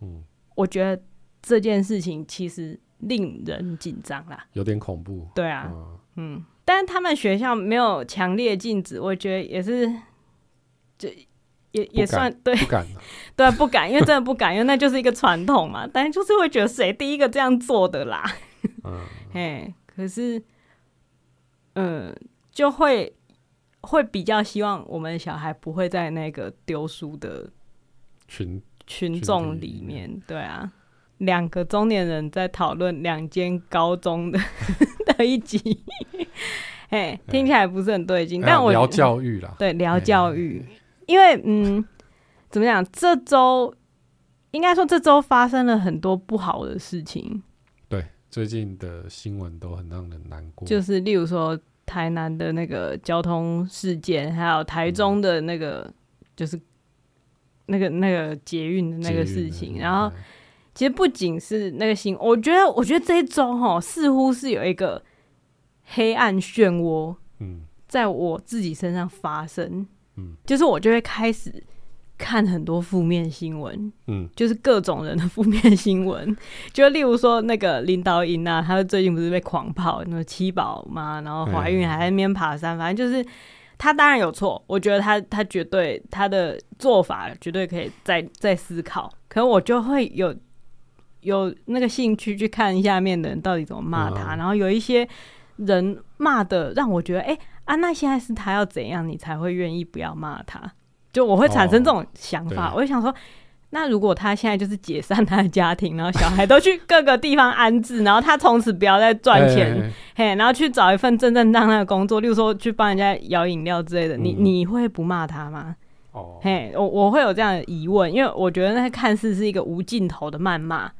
C: 嗯，
B: 我觉得这件事情其实令人紧张啦。
C: 有点恐怖。
B: 对啊，
C: 嗯，
B: 嗯，但他们学校没有强烈禁止，我觉得也是，就也也
C: 不敢
B: 算对
C: 不敢啊了。
B: 对，不敢，因为真的不敢，因为那就是一个传统 嘛。但是就是会觉得谁第一个这样做的啦，
C: 嗯，
B: 哎，可是，嗯，就会会比较希望我们小孩不会在那个丢书的
C: 群
B: 群
C: 群
B: 众
C: 体
B: 里
C: 里面
B: 面，对啊，两个中年人在讨论两间高中的 的一集， 哎，听起来不是很对劲，
C: 哎呀
B: 但我
C: 聊教 育啦，
B: 对，聊教育，因为嗯，怎么讲？这周应该说这周发生了很多不好的事情，
C: 对，最近的新闻都很让人难过。
B: 就是例如说台南的那个交通事件，还有台中的那个、就是那个那个捷运的那个
C: 捷运
B: 事
C: 的
B: 情，
C: 嗯
B: 然后
C: 哎
B: 其实不仅是那个新，我觉得我觉得这一周哈，似乎是有一个黑暗漩涡
C: 嗯
B: 在我自己身上发生，
C: 嗯
B: 就是我就会开始看很多负面新闻，
C: 嗯
B: 就是各种人的负面新闻， 就例如说那个林导莹啊，她最近不是被狂跑，那么七宝嘛，然后怀孕
C: 嗯
B: 还在那边爬山，反正就是她当然有错，我觉得她她绝对她的做法绝对可以再再思考，可我就会有。有那个兴趣去看下面的人到底怎么骂她，
C: 嗯
B: 然后有一些人骂的让我觉得，哎、啊，那现在是他要怎样，你才会愿意不要骂他？就我会产生这种想法，
C: 哦对
B: 我就想说，那如果他现在就是解散他的家庭，然后小孩都去各个地方安置，然后他从此不要再赚钱，
C: 哎哎哎
B: 嘿，然后去找一份正正当当的工作，例如说去帮人家摇饮料之类的，你
C: 嗯
B: 你会不骂他吗？
C: 哦，
B: 嘿，我我会有这样的疑问，因为我觉得那看似是一个无尽头的谩骂。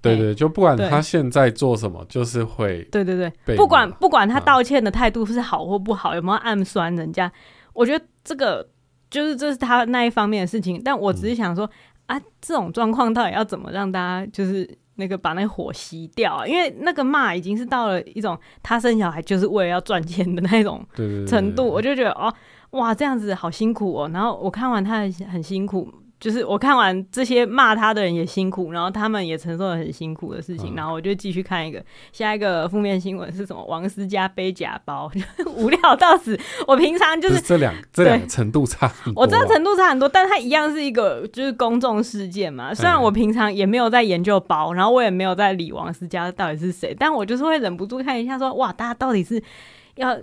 C: 对对，就不管
B: 对
C: 他现在做什么，就是会
B: 对对对，
C: 被
B: 不管
C: 骂
B: 不管他
C: 嗯
B: 道歉的态度是好或不好，有没有暗酸人家，我觉得这个就是这是他那一方面的事情。但我只是想说、啊，这种状况到底要怎么让大家就是那个把那个火熄掉、啊？因为那个骂已经是到了一种他生小孩就是为了要赚钱的那种
C: 对对对
B: 程度，
C: 对
B: 我就觉得哦，哇，这样子好辛苦哦。然后我看完他很很辛苦，就是我看完这些骂他的人也辛苦，然后他们也承受了很辛苦的事情，
C: 嗯
B: 然后我就继续看一个下一个负面新闻是什么？王思佳背假包， 无聊到死。我平常就
C: 不
B: 是
C: 是这两这两个程度差很多啊。
B: 我知道程度差很多，但它一样是一个就是公众事件嘛。虽然我平常也没有在研究包，然后我也没有在理王思佳到底是谁，但我就是会忍不住看一下说，哇，大家到底是要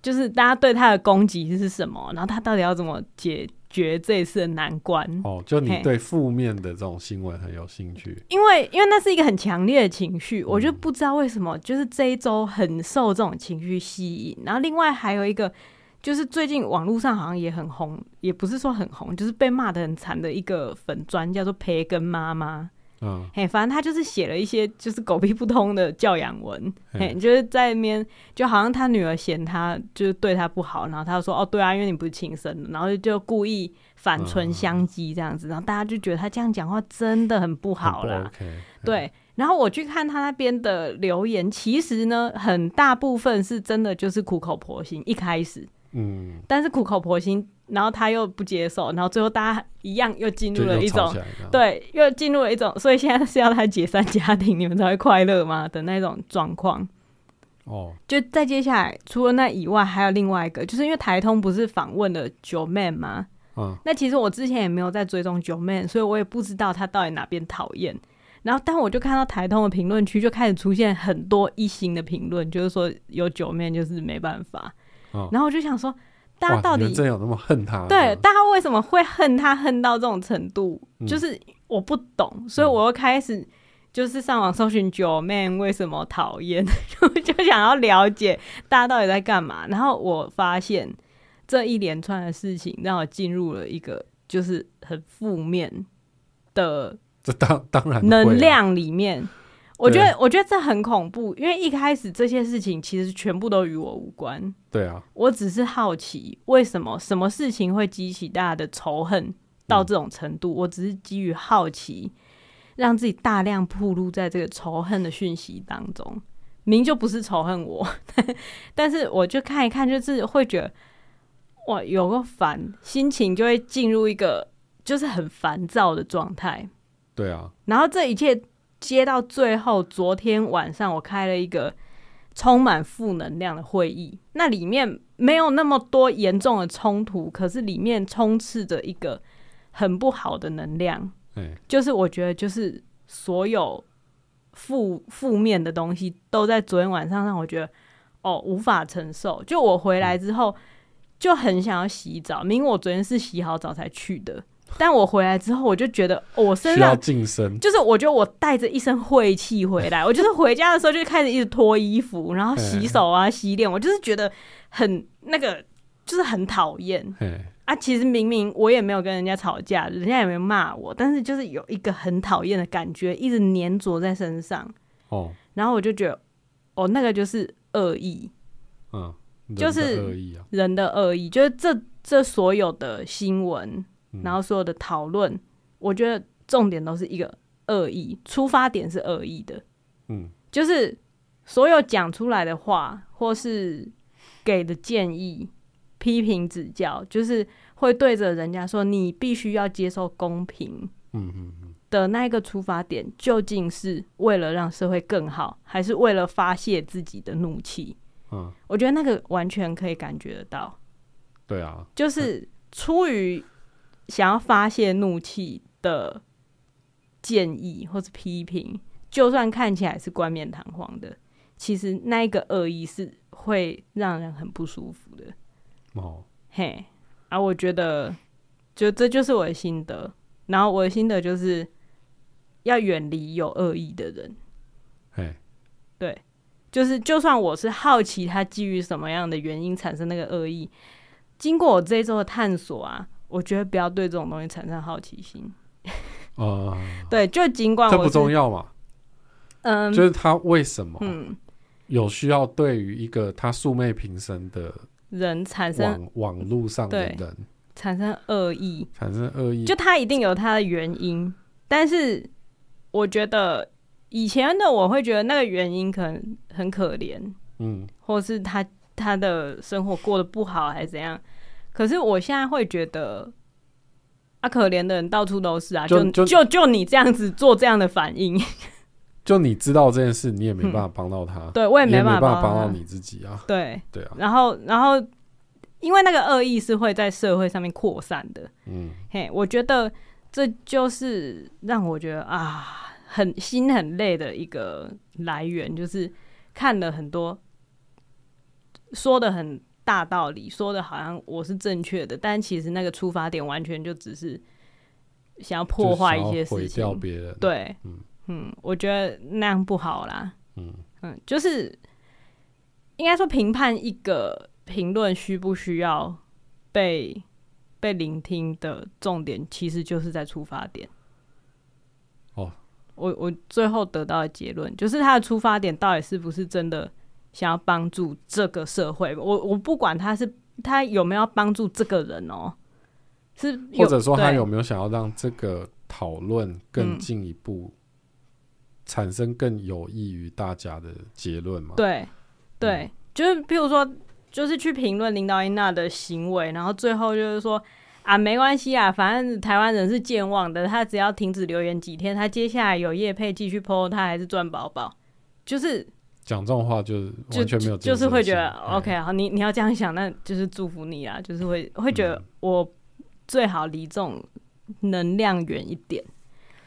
B: 就是大家对他的攻击是什么，然后他到底要怎么解决这一次的难关？
C: 哦，就
B: 嘿
C: 你对负面的这种新闻很有兴趣，
B: 因为因为那是一个很强烈的情
C: 嗯
B: 绪，我就不知道为什么，就是这一周很受这种情绪吸引。然后另外还有一个，就是最近网络上好像也很红，也不是说很红，就是被骂的很惨的一个粉砖，叫做培根妈妈。
C: 嗯，
B: 嘿，反正他就是写了一些就是狗屁不通的教养文，嘿，
C: 嘿
B: 就是在那边就好像他女儿嫌他就是对他不好，然后他就说哦对啊，因为你不是亲生的，然后就故意反唇相讥这样子，然后大家就觉得他这样讲话真的很不
C: 很
B: 好
C: 不
B: 啦。
C: OK，
B: 对，然后我去看他那边的留言，其实呢，很大部分是真的就是苦口婆心一开始，
C: 嗯，
B: 但是苦口婆心，然后他又不接受，然后最后大家一样又进入
C: 就
B: 了
C: 又
B: 一
C: 吵
B: 种
C: 起。来这样，
B: 对，又进入了一种，所以现在是要他解散家庭，你们才会快乐吗的那种状况。
C: 哦，
B: 就再接下来，除了那以外，还有另外一个，就是因为台通不是访问了九妹吗？
C: 嗯，
B: 那其实我之前也没有在追踪九妹，所以我也不知道她到底哪边讨厌。然后，但我就看到台通的评论区就开始出现很多一星的评论，就是说有九妹就是没办法。
C: 哦
B: 然后我就想说，大家
C: 哇，
B: 到
C: 你
B: 底
C: 们真有那么恨他？
B: 对，大家为什么会恨他恨到这种程度？
C: 嗯
B: 就是我不懂，所以我又开始就是上网搜寻九妹为什么讨厌， 就就想要了解大家到底在干嘛。然后我发现这一连串的事情让我进入了一个就是很负面的
C: 这当当然会啊
B: 能，量里面。我觉
C: 对
B: 得，我觉得这很恐怖，因为一开始这些事情其实全部都与我无关。
C: 对啊，
B: 我只是好奇，为什么什么事情会激起大家的仇恨到这种程度？我只是基于好奇，让自己大量暴露在这个仇恨的讯息当中。明就不是仇恨我，但是我就看一看，就是会觉得哇，有个烦，心情就会进入一个就是很烦躁的状态。
C: 对啊，
B: 然后这一切接到最后，昨天晚上我开了一个充满负能量的会议，那里面没有那么多严重的冲突，可是里面充斥着一个很不好的能量，
C: 哎，
B: 就是我觉得就是所有负负面的东西都在昨天晚上让我觉得哦无法承受。就我回来之后就很想要洗澡，明明我昨天是洗好澡才去的。但我回来之后，我就觉得、哦我身
C: 需
B: 上
C: 要晋升，
B: 就是我觉得我带着一身晦气回来，我就是回家的时候就开始一直脱衣服，然后洗手啊、洗脸，我就是觉得很那个，就是很讨厌
C: 哎，
B: 啊。其实明明我也没有跟人家吵架，人家也没有骂我，但是就是有一个很讨厌的感觉一直粘着在身上，
C: 哦，
B: 然后我就觉得，哦，那个就是恶意，
C: 嗯，人
B: 就
C: 的
B: 是
C: 恶意啊，
B: 人的恶意，就是这这所有的新闻，
C: 嗯
B: 然后所有的讨论，我觉得重点都是一个恶意，出发点是恶意的。
C: 嗯，
B: 就是所有讲出来的话，或是给的建议、批评指教，就是会对着人家说你必须要接受公平
C: 嗯嗯嗯，
B: 的那一个出发点，究竟是为了让社会更好，还是为了发泄自己的怒气？
C: 嗯，
B: 我觉得那个完全可以感觉得到。
C: 对啊，
B: 就是出于想要发泄怒气的建议或是批评，就算看起来是冠冕堂皇的，其实那一个恶意是会让人很不舒服的。
C: 哦，
B: 嘿，啊，我觉得就这就是我的心得，然后我的心得就是要远离有恶意的人。
C: 哎，
B: 对，就是就算我是好奇他基于什么样的原因产生那个恶意，经过我这一周的探索啊，我觉得不要对这种东西产生好奇心。
C: 啊、
B: 对，就尽管
C: 哦这
B: 我
C: 不
B: 是
C: 重，要嘛，
B: 嗯
C: 就是他为什么
B: 嗯，
C: 有需要对于一个他素昧平生的
B: 人产生
C: 网网络上的
B: 对
C: 人
B: 产生恶意，
C: 产生恶意
B: 就？他一定有他的原因，但是我觉得以前的我会觉得那个原因可能很可怜，
C: 嗯，
B: 或是他他的生活过得不好还是怎样。可是我现在会觉得，啊，可怜的人到处都是啊，
C: 就
B: 就
C: 就
B: 就就你这样子做这样的反应，
C: 就你知道这件事，你也没办法帮到他，
B: 对我也
C: 你也没
B: 办
C: 办
B: 法
C: 法
B: 帮
C: 帮
B: 他
C: 到。你自己啊，
B: 对，
C: 对啊，
B: 然后然后因为那个恶意是会在社会上面扩散的，
C: 嗯
B: 嘿，我觉得这就是让我觉得啊，很心很累的一个来源，就是看了很多说的很大道理，说的好像我是正确的，但其实那个出发点完全就只是想要破坏一些
C: 就是想要
B: 事
C: 毁掉
B: 情。
C: 别人，，
B: 对，
C: 嗯
B: 嗯，我觉得那样不好啦。
C: 嗯
B: 嗯，就是应该说评判一个评论需不需要被被聆听的重点，其实就是在出发点。
C: 哦，
B: 我我最后得到的结论就是他的出发点到底是不是真的想要帮助这个社会？我我不管他是他有没有帮助这个人哦，是
C: 或者说他
B: 对
C: 有没有想要让这个讨论更
B: 嗯
C: 进一步，产生更有益于大家的结论嘛？
B: 对，对，就是比如说，就是去评论领导英娜的行为，然后最后就是说啊，没关系啊，反正台湾人是健忘的，他只要停止留言几天，他接下来有业配继续 PO，他还是赚饱饱。就是
C: 讲这种话就是
B: 就
C: 完全没有
B: 就是
C: 建设
B: 会觉得
C: 性
B: OK，好，你你要这样想，那就是祝福你啊，就是会
C: 嗯
B: 会觉得我最好离这种能量远一点。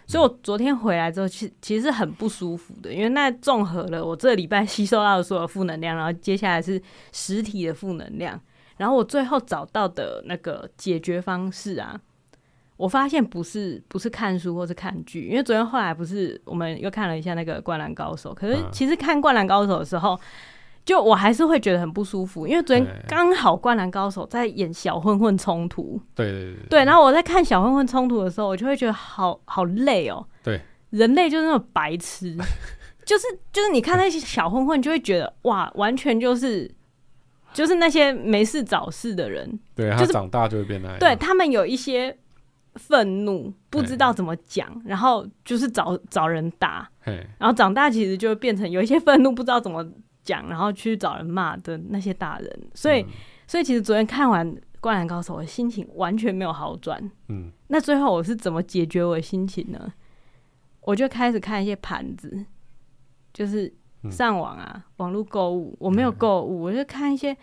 B: 所
C: 嗯
B: 以我昨天回来之后，其其实很不舒服的，因为那综合了我这礼拜吸收到的所有负能量，然后接下来是实体的负能量，然后我最后找到的那个解决方式啊，我发现不是不是看书或是看剧，因为昨天后来不是我们又看了一下那个《灌篮高手》，可是
C: 嗯
B: 其实看《灌篮高手》的时候，就我还是会觉得很不舒服，因为昨天
C: 对
B: 刚好《灌篮高手》在演小混混冲突，
C: 对对对
B: 对，然后我在看小混混冲突的时候，我就会觉得好好累哦。
C: 对，
B: 人类就是那种白 痴，就是就是你看那些小混混，就会觉得哇，完全就是就是那些没事找事的人，
C: 对，他
B: 就是
C: 长大就会变那样，
B: 对他们有一些愤怒，
C: 哎
B: 不知道怎么讲，然后就是找找人打，
C: 嘿，
B: 然后长大其实就会变成有一些愤怒不知道怎么讲，然后去找人骂的那些大人。所以，所以其实昨天看完《灌篮高手》，我心情完全没有好转。
C: 嗯，
B: 那最后我是怎么解决我的心情呢？我就开始看一些盘子，就是
C: 嗯
B: 上网啊，网络购物。我没有购物，我就看一些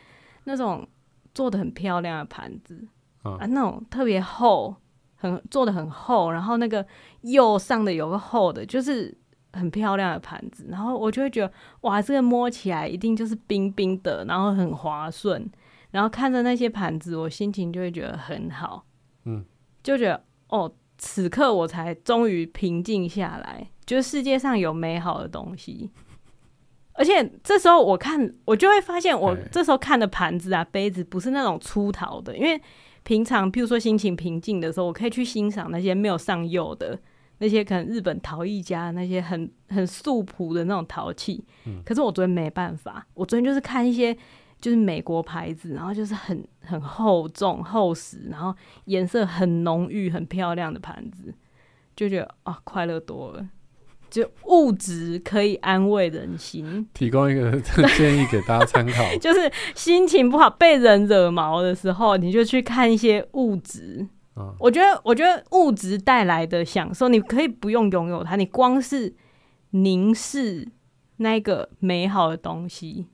B: 那种做的很漂亮的盘子
C: 啊
B: 啊，那种特别厚，很做的很厚，然后那个右上的有个厚的，就是很漂亮的盘子，然后我就会觉得哇，这个摸起来一定就是冰冰的，然后很滑顺，然后看着那些盘子，我心情就会觉得很好，
C: 嗯，
B: 就觉得哦，此刻我才终于平静下来，就是世界上有美好的东西。而且这时候我看，我就会发现，我
C: 哎
B: 这时候看的盘子啊、杯子不是那种粗陶的，因为平常譬如说心情平静的时候，我可以去欣赏那些没有上釉的，那些可能日本陶艺家那些很很素朴的那种陶器。可是我昨天没办法，我昨天就是看一些就是美国牌子，然后就是很很厚重、厚实，然后颜色很浓郁、很漂亮的盘子，就觉得啊，快乐多了。就物质可以安慰人心，
C: 提供一个 建议给大家参考，
B: 就是心情不好被人惹毛的时候，你就去看一些物质。
C: 嗯
B: 我觉得，我觉得物质带来的享受，你可以不用拥有它，你光是凝视那个美好的东西，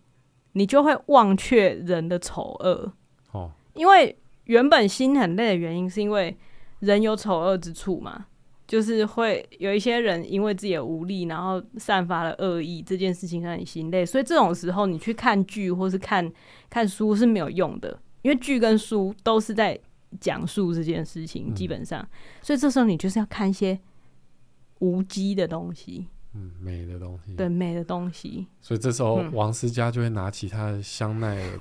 B: 你就会忘却人的丑恶。
C: 哦，
B: 因为原本心很累的原因，是因为人有丑恶之处嘛，就是会有一些人因为自己的无力，然后散发了恶意，这件事情让你心累。所以这种时候，你去看剧或是看看书是没有用的，因为剧跟书都是在讲述这件事情，
C: 嗯
B: 基本上，所以这时候你就是要看一些无机的东西，
C: 嗯，美的东西。
B: 对美的东西。
C: 所以这时候
B: 嗯
C: 王思佳就会拿起她的香奈 儿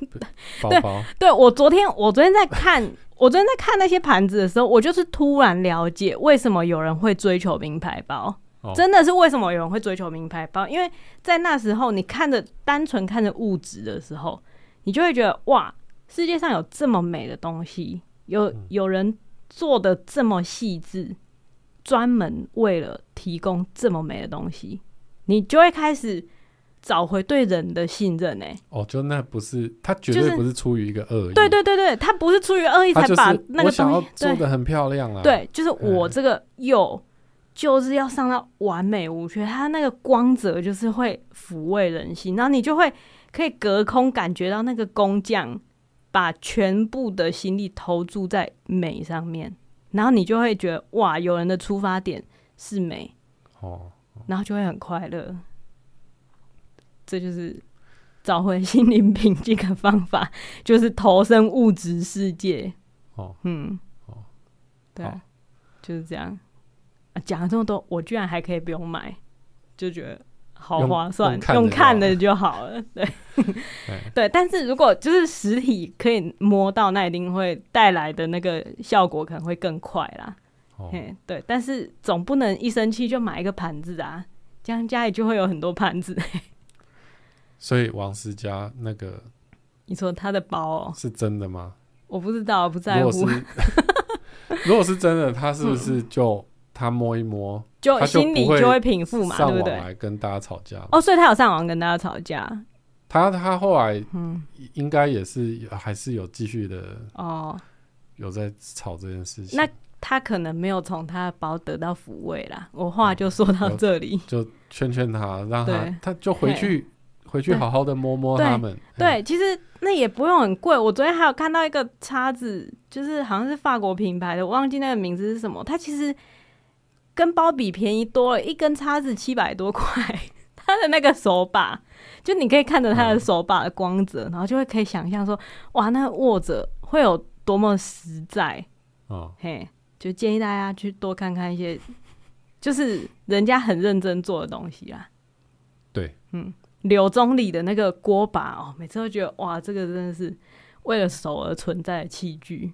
C: 包包，
B: 对我昨天，我昨天在看，我昨天在看那些盘子的时候，我就是突然了解为什么有人会追求名牌包，
C: 哦
B: 真的是为什么有人会追求名牌包，因为在那时候你看着单纯看着物质的时候，你就会觉得哇，世界上有这么美的东西，有有人做的这么细致，专门为了提供这么美的东西，你就会开始找回对人的信任、欸，
C: 哦，就那不是她绝
B: 就
C: 对
B: 是
C: 不是出于一个恶意，
B: 对对对对，他不是出于恶意
C: 她
B: 才
C: 就
B: 把
C: 是
B: 那
C: 我
B: 个
C: 想要
B: 东西，
C: 做
B: 对
C: 的很漂亮啦。，
B: 对，就是我
C: 嗯
B: 这个釉就是要上到完美无缺，它那个光泽就是会抚慰人心，然后你就会可以隔空感觉到那个工匠把全部的心力投注在美上面，然后你就会觉得哇，有人的出发点是美，
C: 哦，
B: 然后就会很快乐，这就是。找回心灵平静的方法就是投身物质世界。
C: 哦，
B: 嗯，
C: 哦
B: 对
C: 好
B: 啊，就是这样。啊讲了这么多，我居然还可以不用买，就觉得好
C: 用
B: 划算
C: 用，看的
B: 用
C: 就
B: 看
C: 好
B: 的就好了。对
C: 对，
B: 对，但是如果就是实体可以摸到，那一定会带来的那个效果可能会更快啦。
C: 哦，
B: 嘿，对，但是总不能一生气就买一个盘子啊，这样家里就会有很多盘子。
C: 所以王思佳那个
B: 你说他的包、哦，
C: 是真的吗？
B: 我不知道，不
C: 如
B: 在
C: 果
B: 乎， 嗯
C: 是如果是真的，她是不是就她摸一摸，
B: 就
C: 他就
B: 心里
C: 不会
B: 就会平复嘛，
C: 上
B: 对
C: 网
B: 不对？
C: 来跟大家吵架？
B: 哦，所以他有上网跟大家吵架，
C: 她她后来
B: 嗯，
C: 应该也是还是有继续的
B: 哦，
C: 有在吵这件事情。
B: 那他可能没有从他的包得到抚慰啦。我
C: 嗯
B: 话就说到这里，
C: 就劝劝他，让他
B: 对
C: 他就回去回去
B: 对
C: 好好的摸摸他们。嗯，
B: 对，其实那也不用很贵。我昨天还有看到一个叉子，就是好像是法国品牌的，我忘记那个名字是什么。它其实跟包比便宜多了，一根叉子七百多块。它的那个手把，就你可以看着它的手把的光泽，然后就会可以想象说，哇，那握着会有多么实在。
C: 哦，
B: 嘿，就建议大家去多看看一些，就是人家很认真做的东西啦。
C: 对，
B: 嗯，柳宗理的那个锅把哦，每次都觉得哇，这个真的是为了手而存在的器具。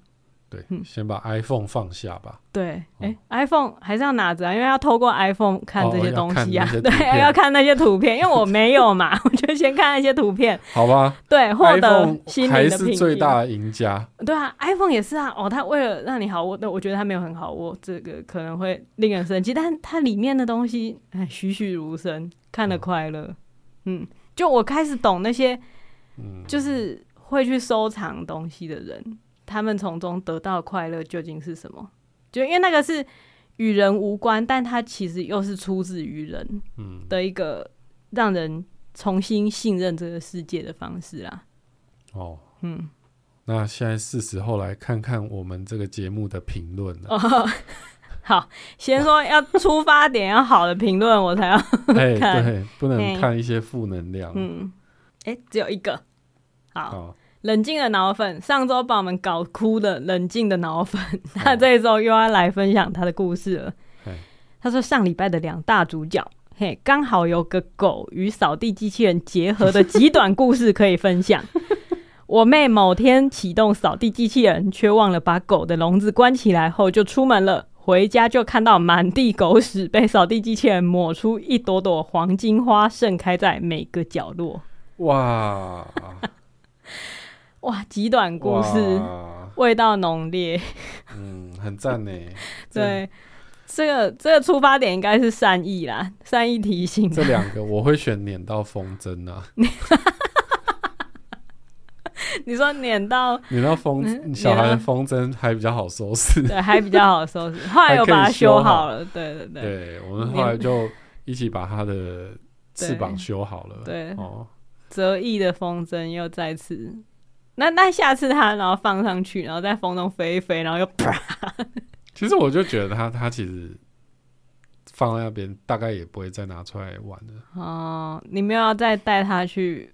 C: 对，
B: 嗯
C: 先把 iPhone 放下吧。
B: 对，哎、i p h o n e 还是要拿着啊，因为要透过 iPhone 看
C: 哦
B: 这些东西
C: 要
B: 啊
C: 看那，些图片
B: 对，要看那些图片，因为我没有嘛， 我就先看那些图片，
C: 好吧
B: 对，获得
C: ，iPhone
B: 心
C: 还
B: 灵的
C: 是
B: 平
C: 最
B: 静。
C: 大的赢家。
B: 对啊，iPhone 也是啊。哦，它为了让你好握，那我觉得它没有很好握，这个可能会令人生气。但它里面的东西，哎，栩栩如生，看得快乐。嗯，就我开始懂那些
C: 嗯，
B: 就是会去收藏东西的人，他们从中得到的快乐究竟是什么？就因为那个是与人无关，但它其实又是出自于人
C: 嗯，
B: 的一个让人重新信任这个世界的方式啊啦。
C: 哦，
B: 嗯，
C: 那现在是时候来看看我们这个节目的评论啊了。
B: 哦， 好，先说要出发点要好的评论，我才要。
C: 哎，
B: 哦看
C: 对，不能
B: 嘿
C: 看一些负能量。
B: 嗯，哎、只有一个。好，
C: 好，
B: 冷静的脑粉，上周把我们搞哭的冷静的脑粉，那这一周又要来分享他的故事了
C: 嘿。
B: 他说上礼拜的两大主角，嘿，刚好有个狗与扫地机器人结合的极短故事可以分享。我妹某天启动扫地机器人，却忘了把狗的笼子关起来后就出门了。回家就看到满地狗屎被扫地机器人抹出一朵朵黄金花，盛开在每个角落。
C: 哇，
B: 哇，极短故事，
C: 哇，
B: 味道浓烈。
C: 嗯，很赞 呢。这，
B: 对，这个这个出发点应该是善意啦，善意提醒。
C: 这两个我会选碾到风 筝啊。
B: 你说撵到
C: 你那风
B: 嗯
C: 小孩的
B: 你那
C: 风筝还比较好收拾。
B: 对还比较好收 拾，后
C: 还
B: 来又
C: 可以
B: 把它
C: 修
B: 修
C: 好
B: 好了。对对对
C: 对，我们后来就一起把它的翅膀修好了。
B: 对，
C: 哦，
B: 折翼的风筝又再次。那那下次它然后放上去，然后在风中飞一飞，然后又啪，
C: 其实我就觉得它它其实放在那边大概也不会再拿出来玩了。
B: 哦，你没有要再带它去，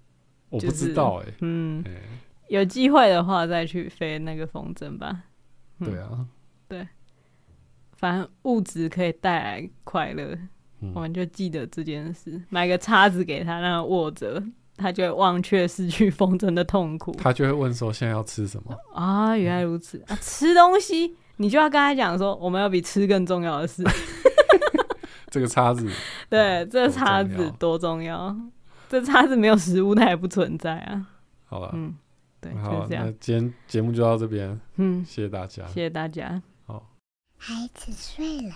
C: 我
B: 就
C: 不知道哎、
B: 嗯，
C: 哎、
B: 有机会的话再去飞那个风筝吧。嗯
C: 对啊，
B: 反正物质可以带来快乐，
C: 嗯
B: 我们就记得这件事，买个叉子给他，让他握着，他就会忘却失去风筝的痛苦。
C: 他就会问说现在要吃什么？
B: 啊，原来如
C: 嗯
B: 此啊！吃东西，你就要跟他讲说，我们有比吃更重要的 事。
C: 这个叉子，
B: 对，这
C: 多哦重
B: 叉
C: 要
B: 子多重要！这叉子没有食物，它也不存在啊。
C: 好了，
B: 嗯，对，就
C: 好，
B: 是这
C: 那
B: 样。
C: 今天节目就到这边，
B: 嗯，
C: 谢谢大家。
B: 谢谢大家。
D: 孩子睡了，